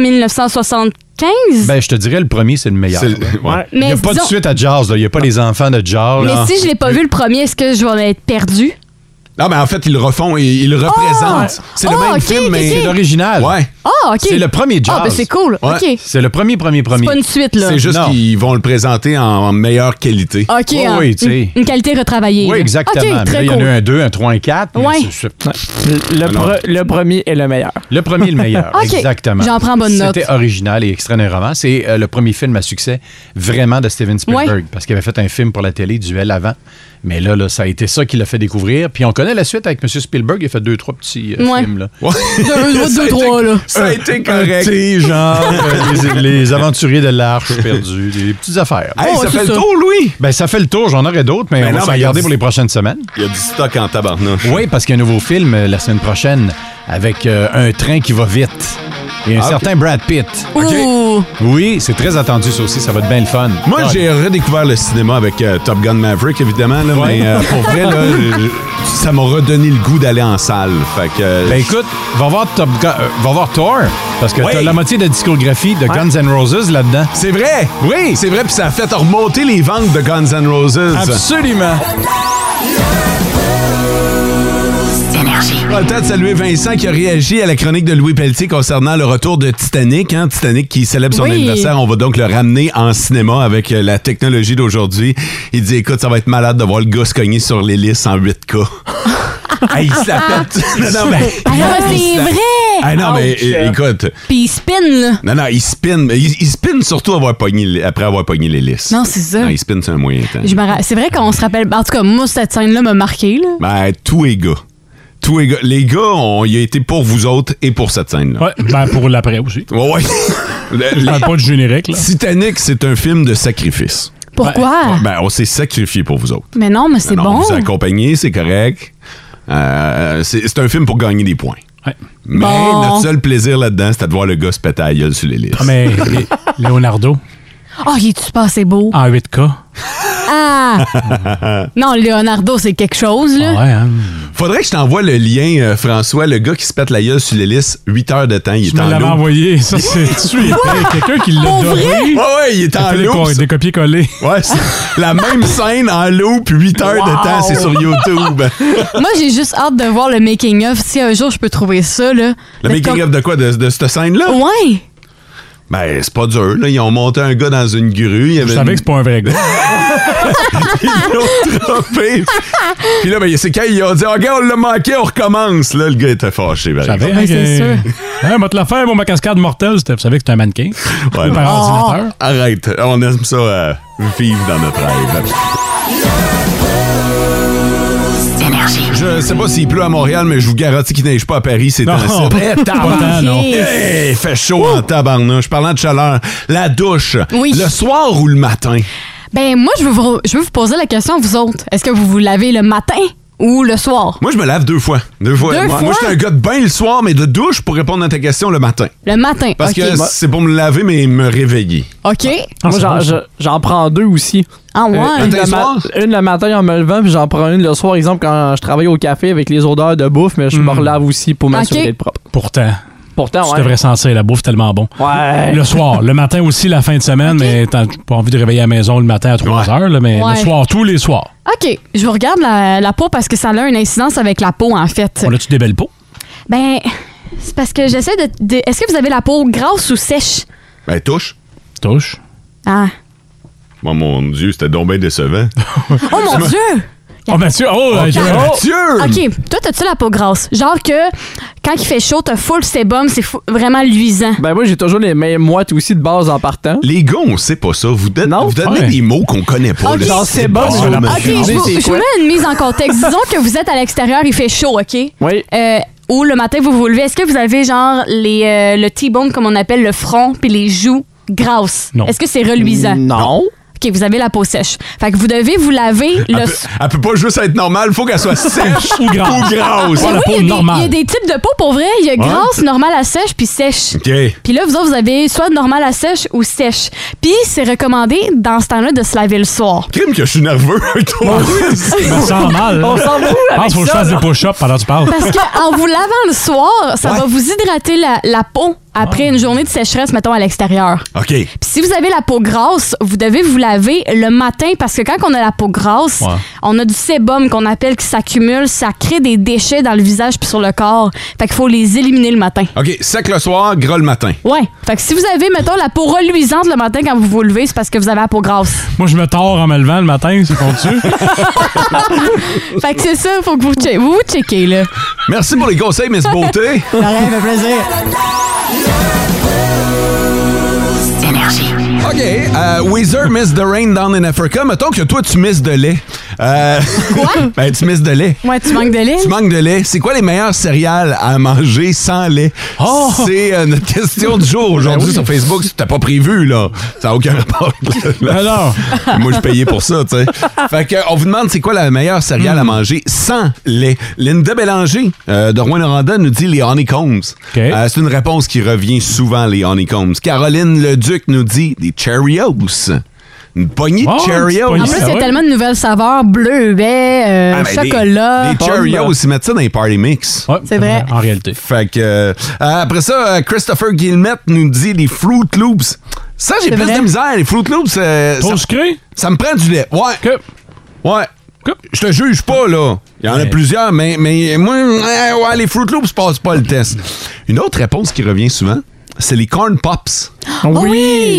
B: 1975.
D: Ben, je te dirais, le premier, c'est le meilleur.
C: C'est le-
D: là.
B: ouais.
D: Il n'y a
B: Mais
D: pas
B: disons-
D: de suite à Jazz. là. Il n'y a pas les enfants de Jazz.
B: mais
D: là.
B: si je l'ai pas vu le premier, est-ce que je vais être perdue?
C: Non, mais en fait, ils le refont, et ils le représentent.
D: C'est le
B: Oh,
D: même
B: ok,
D: film,
B: ok,
D: mais
B: ok.
D: c'est l'original.
C: Ouais.
B: Ah, OK.
D: C'est le premier Jazz.
B: Ah, ben, c'est cool.
D: Ouais.
B: OK.
D: C'est le premier, premier, premier.
B: pas une suite, là.
C: C'est juste
D: Non.
C: qu'ils vont le présenter en, en meilleure qualité.
B: OK. hein,
D: oui, tu sais.
B: une, une qualité retravaillée.
D: Oui,
B: là.
D: exactement.
B: OK,
D: Mais là,
B: très
D: il y en
B: cool.
D: a un 2, un 3, un 4.
B: Ouais.
D: Ah
E: Le, pre- le premier est le meilleur.
D: Le premier est le meilleur.
B: OK.
D: Exactement.
B: J'en prends bonne note.
D: C'était original et extrait d'un roman. C'est euh, le premier film à succès vraiment de Steven Spielberg
B: Ouais.
D: parce qu'il avait fait un film pour la télé, Duel avant. Mais là, là ça a été ça qui l'a fait découvrir. Puis on connaît la suite avec M. Spielberg. Il a fait deux, trois petits euh,
B: Ouais.
D: films. Là.
B: Deux, deux, trois, là.
C: Ça a été correct.
D: Petit genre, euh, les, les aventuriers de l'Arche perdue, des petites affaires.
C: Hey,
B: Oh,
C: ça
B: c'est
C: fait le
B: ça.
C: tour, Louis!
D: Ben, ça fait le tour. J'en aurais d'autres, mais
C: Ben
D: on va
C: non,
D: s'en
C: ben, il y a
D: garder
C: du-
D: pour les prochaines semaines.
C: Il y a du stock en tabarnouche.
D: Oui, parce qu'il y a un nouveau film euh, la semaine prochaine avec euh, un train qui va vite et un
C: Ah,
D: certain Brad Pitt.
B: Ouh.
D: Oui, c'est très attendu ça aussi, ça va être bien le fun.
C: Moi,
D: Ah,
C: j'ai redécouvert le cinéma avec euh, Top Gun Maverick, évidemment, là,
D: Ouais.
C: mais euh, pour vrai, là, je- ça m'a redonné le goût d'aller en salle. Fait que, euh,
D: Ben écoute, va voir, Top Gun- euh, va voir Thor, parce que
C: Oui.
D: t'as la moitié de la discographie de Guns N' Roses là-dedans.
C: c'est vrai! Oui! C'est vrai, puis ça a fait remonter les ventes de Guns N' Roses.
D: Absolument.
C: Pas le temps de saluer Vincent qui a réagi à la chronique de Louis Pelletier concernant le retour de Titanic. hein. Titanic qui célèbre son
B: Oui.
C: anniversaire. On va donc le ramener en cinéma avec euh, la technologie d'aujourd'hui. Il dit Écoute, ça va être malade de voir le gars se cogner sur l'hélice en 8K. Hey, il se la pète. non, non, mais.
B: Ah, non, mais
C: il se
B: c'est
C: la-
B: vrai!
C: Ah non, mais
E: Ouch.
C: é- écoute.
B: Puis il spin, là.
C: Non, non, il spin. mais Il, il spin surtout avoir pogné l- après avoir pogné l'hélice.
B: Non, c'est ça.
D: Ah,
C: Non, il spin, c'est un moyen temps.
B: Je me ra- C'est vrai qu'on se rappelle. En tout cas, moi, cette scène-là m'a marqué, là.
C: Ben, tous les gars. Tous les gars. Les gars, on y a été pour vous autres et pour cette scène-là.
A: Ouais, ben pour l'après aussi.
C: Ouais, ouais. Le-
A: Je
C: le-
A: parle pas du générique, là.
C: Titanic, c'est un film de sacrifice.
B: Pourquoi?
C: Ben, on s'est sacrifié pour vous autres.
B: Mais non, mais Ah. c'est
C: Non, non,
B: bon.
C: On vous a accompagné, c'est correct. Euh, c'est c'est un film pour gagner des points.
A: Ouais.
C: Mais
B: Bon.
C: notre seul plaisir là-dedans, c'était de voir le gars se péter à la gueule sur l'hélice.
A: Ah, mais Lé- Leonardo,
B: Ah, il est-tu passé beau?
A: en 8K.
B: Ah! non, Leonardo, c'est quelque chose,
A: Ah
B: là.
A: ouais, hein.
C: Faudrait que je t'envoie le lien, euh, François, le gars qui se pète la gueule sur l'hélice, 8 heures de temps, il
A: Tu
C: est
A: me
C: en
A: l'avais
C: l'eau.
A: envoyé. Ça, c'est tu es quelqu'un qui l'a
B: Pour
A: donné.
C: Ouais, ouais, il est en
A: T'as fait des,
C: l'eau.
A: co- des copier-coller.
C: Ouais, c'est la même scène en l'eau, puis 8 heures de temps, c'est sur YouTube.
B: Moi, j'ai juste hâte de voir le making-of. Si un jour je peux trouver ça, là.
C: Le making-of de quoi? De, de cette scène-là?
B: Ouais!
C: Ben, c'est pas dur, là. Ils ont monté un gars dans une grue. Il y avait
A: Je
C: une-
A: savais que c'est pas un vrai gars.
C: Ils l'ont trompé. Puis là, ben, c'est quand ils ont dit, OK, on l'a manqué, on recommence. Là, le gars était fâché. ben. par
A: Je savais.
C: exemple.
A: hein,
B: c'est
A: que-
B: sûr.
A: Hein, moi, te la faire, moi, ma cascade mortelle, c'était- je savais que c'était un mannequin. par
C: Ouais,
B: Oh.
C: non.
A: ordinateur.
C: Arrête, on aime ça euh, vivre dans notre rêve. Je sais pas s'il pleut à Montréal, mais je vous garantis qu'il neige pas à Paris, c'est
A: Non,
C: temps-ci.
A: pas tant, non.
B: Ok.
C: Hey, fait chaud en tabarnouche. Parlant de chaleur, la douche,
B: Oui.
C: le soir ou le matin?
B: Ben, moi, je veux, vous, je veux vous poser la question à vous autres. Est-ce que vous vous lavez le matin ou le soir?
C: Moi, je me lave deux fois. Deux fois.
B: Deux
C: moi,
B: fois?
C: moi, je suis un gars de bain le soir, mais de douche pour répondre à ta question le matin.
B: Le matin.
C: Parce
B: OK.
C: que c'est pour me laver, mais me réveiller.
B: OK.
A: Ah,
E: Moi,
A: c'est
E: j'en-
A: bon, ça.
E: je- j'en prends deux aussi.
B: Ah, ouais.
C: Matin
E: Euh, une,
C: et
E: le
C: soir?
E: une le matin en me levant, puis j'en prends une le soir, exemple, quand je travaille au café avec les odeurs de bouffe, mais je me relave aussi pour m'assurer
B: Ok.
E: d'être propre.
A: Pourtant,
E: Hmm. Pourtant,
A: tu
E: ouais.
A: devrais sentir la bouffe tellement bon.
E: Ouais.
A: Le soir, le matin aussi, la fin de semaine, mais t'as pas envie de réveiller à la maison le matin à 3 heures, là, mais
B: Ouais.
A: le soir, tous les soirs.
B: OK. Je vous regarde la, la peau parce que ça a une incidence avec la peau, en fait.
A: On a-tu des belles peaux?
B: Ben, c'est parce que j'essaie de, de- Est-ce que vous avez la peau grasse ou sèche?
C: Ben, touche.
A: Touche.
B: Ah.
C: Oh mon Dieu, c'était donc bien décevant.
B: Oh mon Dieu!
D: Oh, Mathieu! Oh,
C: Ok,
D: Mathieu!
B: OK, toi, t'as-tu la peau grasse? Genre que quand il fait chaud, t'as full sébum, c'est fou- vraiment luisant.
E: Ben moi, j'ai toujours les mêmes moites aussi de base en partant.
C: Les gars, on sait pas ça. Vous donnez, vous donnez
E: Ouais.
C: des mots qu'on connaît pas.
E: Ok.
C: là.
E: Genre, c'est bon,
C: bon,
E: je-
C: là,
E: ok,
B: OK, je vous, je vous mets une mise en contexte. Disons que vous êtes à l'extérieur, il fait chaud, OK? Euh,
E: Oui.
B: ou le matin, vous vous levez. Est-ce que vous avez genre les, euh, le T-bone, comme on appelle le front, puis les joues grasses?
C: Non.
B: Est-ce que c'est reluisant?
E: Hmm, Non.
B: OK, vous avez la peau sèche. Fait que vous devez vous laver
C: Elle
B: le...
C: peut, elle peut pas juste être normale, faut qu'elle soit sèche
D: Ou grasse.
C: grasse.
B: Mais oui, il y a des- Il y a des types de peau pour vrai. Il y a
C: Ouais.
B: grasse, normale à sèche, puis sèche.
C: OK.
B: Puis là, vous autres, vous avez soit normale à sèche ou sèche. Puis c'est recommandé dans ce temps-là de se laver le soir.
C: Crime que je suis nerveux avec ton quiz.
D: Je me sens
A: Ah,
D: mal.
B: On s'en
D: Je
B: fout
D: pense
B: avec
D: qu'il faut que je
B: ça,
D: fasse des
B: là.
D: push-ups pendant que tu parles.
B: Parce qu'en vous lavant le soir, ça
D: Ouais.
B: va vous hydrater la, la peau après une journée de sécheresse, mettons, à l'extérieur.
C: OK.
B: Puis si vous avez la peau grasse, vous devez vous laver le matin parce que quand on a la peau grasse,
D: Ouais.
B: on a du sébum qu'on appelle qui s'accumule, ça crée des déchets dans le visage puis sur le corps. Fait qu'il faut les éliminer le matin.
C: OK, sec le soir, gras le matin.
B: Ouais. Fait que si vous avez, mettons, la peau reluisante le matin quand vous vous levez, c'est parce que vous avez la peau grasse.
D: Moi, je me tords en me levant le matin, c'est compte-tu?
B: fait que c'est ça, faut que vous che- vous, vous checkez, là.
C: Merci pour les conseils, Miss Beauté.
I: Ça fait plaisir.
C: Énergie. OK. euh, Weezer miss the rain down in Africa. Mettons que toi, tu misses de lait. Euh,
B: Quoi?
C: ben, tu misses de lait.
B: Ouais, tu manques de lait.
C: Tu manques de lait. C'est quoi les meilleurs céréales à manger sans lait? C'est euh, notre question du jour aujourd'hui sur Facebook. C'était pas prévu, là. Ça n'a aucun rapport. avec la-
D: Alors?
C: Moi, je payais pour ça, tu sais. Fait que, on vous demande c'est quoi la meilleure céréale à manger sans lait. Linda Bélanger euh, de Rouen-Noranda nous dit les honeycombs. Euh, c'est une réponse qui revient souvent, les honeycombs. Caroline Leduc nous dit des Cheerios. Oh, Une poignée de Cheerios.
B: En plus, il y a tellement de nouvelles saveurs bleues, baies, euh,
C: Ah, ben, des-
B: chocolat.
C: Des, Cheerios, ils mettent ça dans les party mix.
B: C'est vrai.
C: ah, En réalité. Fait que, euh, après ça, euh, Christopher Guillemette nous dit les Fruit Loops. Ça, j'ai
B: C'est
C: plus
B: vrai.
C: de misère. Les Fruit Loops. euh, ça, ça me prend du lait. Ouais. Ouais. Je te juge pas, là. Il y en a plusieurs, mais, mais moi, euh, ouais, les Fruit Loops passent pas le test. Une autre réponse qui revient souvent, c'est les Corn Pops.
B: Ah oui!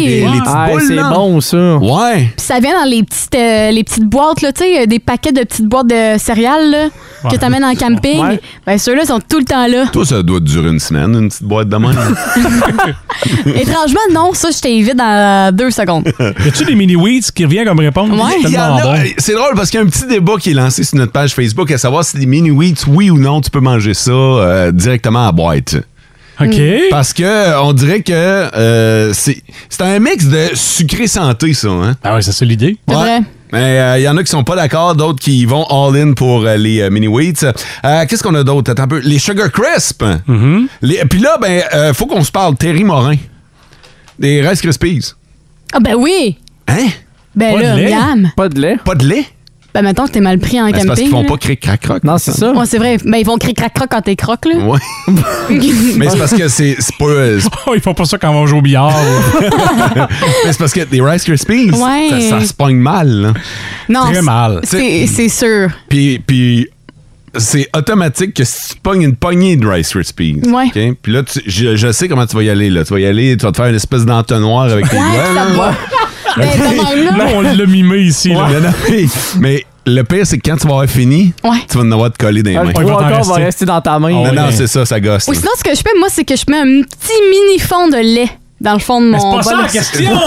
C: Les, les petites
E: Ah,
C: boules,
E: c'est
C: là.
E: bon, ça.
C: Ouais.
B: Puis ça vient dans les petites, euh, les petites boîtes, là, tu sais, euh, des paquets de petites boîtes de céréales là, que
C: Ouais.
B: t'amènes en camping.
C: Ouais.
B: Ben, ceux-là sont tout le temps là.
C: Toi, ça doit te durer une semaine, une petite boîte de même.
B: Étrangement, non, ça, je t'ai vide dans deux secondes.
D: Y a-tu des mini-weeds qui revient comme réponse? C'est
C: Il y en
D: tellement
C: a-
D: bon.
C: euh, C'est drôle parce qu'il y a un petit débat qui est lancé sur notre page Facebook à savoir si les mini wheats, oui ou non, tu peux manger ça euh, directement à boîte.
D: OK.
C: Parce que euh, on dirait que euh, c'est c'est un mix de sucré santé, ça. Hein?
D: Ah ouais, c'est ça l'idée.
B: C'est vrai.
C: Mais euh, il y en a qui sont pas d'accord, d'autres qui vont all-in pour euh, les euh, mini wheats. Euh, Qu'est-ce qu'on a d'autre? Attends un peu. Les Sugar Crisp. Les- Puis là, ben, euh, faut qu'on se parle. Terry Morin. Des Rice Krispies.
B: Ah, ben oui!
C: Hein?
B: Ben là, miam!
E: Pas de lait.
C: Pas de lait?
B: Ben, maintenant que t'es mal pris en
C: Ben,
B: camping.
C: c'est parce qu'ils font
B: là.
C: pas cric crac croc. Non, c'est
B: Ouais, c'est vrai. Ben, ils vont crier crac-croc quand t'es croque, là.
C: Ouais. Mais c'est parce que c'est c'est pas. euh, c'est-
A: Oh,
D: Ils font pas ça quand on joue au billard.
C: Mais c'est parce que des Rice Krispies,
B: Ouais.
C: ça, ça se pogne mal. là.
B: Non,
C: Très
B: c'est-
C: mal.
B: C'est c'est sûr.
C: Puis, puis c'est automatique que si tu pognes une poignée de Rice Krispies,
B: Ouais.
C: OK? puis là, tu- je, je sais comment tu vas y aller. Là. Tu vas y aller, tu vas te faire une espèce d'entonnoir avec tes
B: Ouais,
C: doigts.
B: ça
C: là.
B: va. Ben, de même, là.
D: Là, on l'a mimé ici. là.
C: Non, non, mais, mais le pire, c'est que quand tu vas avoir fini,
B: Ouais.
C: tu vas en avoir de coller dans les
E: Ah,
C: mains.
E: le trou encore va rester dans ta main.
C: non, non, c'est ça, ça gosse.
B: Ou
C: là.
B: sinon, ce que je fais, moi, c'est que je mets un petit mini fond de lait dans le fond de mon
C: c'est pas ça
B: bol.
C: la question!
B: Non,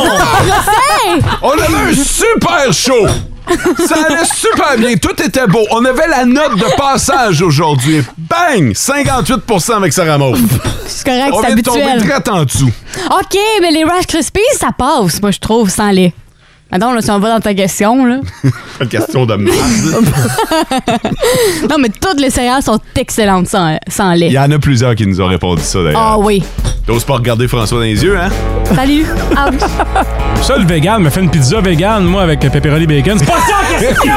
B: je sais!
C: On avait un super show! Ça allait super bien, tout était beau. On avait la note de passage aujourd'hui. Bang! 58 avec Sarah Maud.
B: C'est correct,
C: On
B: c'est
C: vient de tomber
B: habituel.
C: très en dessous.
B: OK, mais les Rice Krispies, ça passe, moi, je trouve, sans lait. Maintenant, là, si on va dans ta question, là.
C: Pas de question de merde.
B: non, mais toutes les céréales sont excellentes sans, sans
C: Il
B: lait.
C: y en a plusieurs qui nous ont répondu ça, d'ailleurs.
B: Ah oui.
C: T'oses pas regarder François dans les yeux, hein?
B: Salut. Ouch.
D: Ça, le vegan me fait une pizza vegan, moi, avec pepperoni bacon. C'est pas ça la question!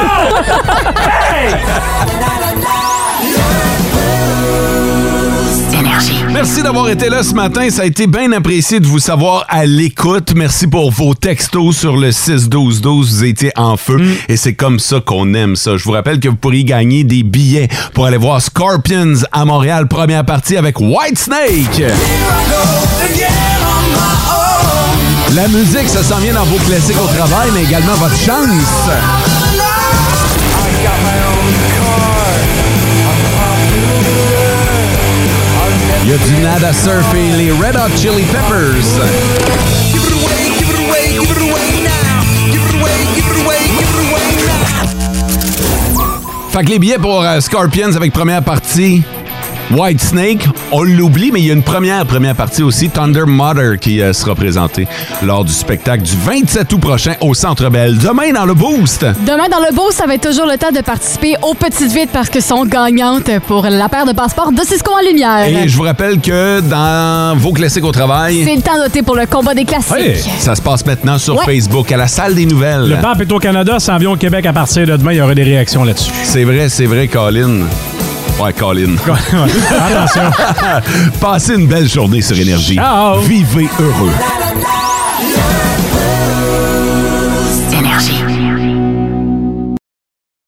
C: Merci d'avoir été là ce matin. Ça a été bien apprécié de vous savoir à l'écoute. Merci pour vos textos sur le 6-12-12. Vous étiez en feu et c'est comme ça qu'on aime ça. Je vous rappelle que vous pourriez gagner des billets pour aller voir Scorpions à Montréal, première partie avec Whitesnake. La musique, ça s'en vient dans vos classiques au travail, mais également votre chance. Il y a du Nada Surf et les Red Hot Chili Peppers. Fait que les billets pour euh, Scorpions avec première partie. White Snake, on l'oublie, mais il y a une première première partie aussi, Thunder Mother, qui euh, sera présentée lors du spectacle du 27 août prochain au Centre Bell. Demain dans le Boost.
B: Demain, dans le beau, ça va être toujours le temps de participer aux petites vites parce que sont gagnantes pour la paire de passeports de Cisco en lumière.
C: Et je vous rappelle que dans vos classiques au travail,
B: ben. C'est le temps noté pour le combat des classiques.
C: Ouais, ça se passe maintenant sur
B: Ouais.
C: Facebook à la salle des nouvelles.
D: Le pape est au Canada, s'en vient au Québec à partir de demain. Il y aura des réactions là-dessus.
C: C'est vrai, c'est vrai, Colin. Ouais, Colin.
D: Attention.
C: Passez une belle journée sur Énergie.
D: Ciao.
C: Vivez heureux.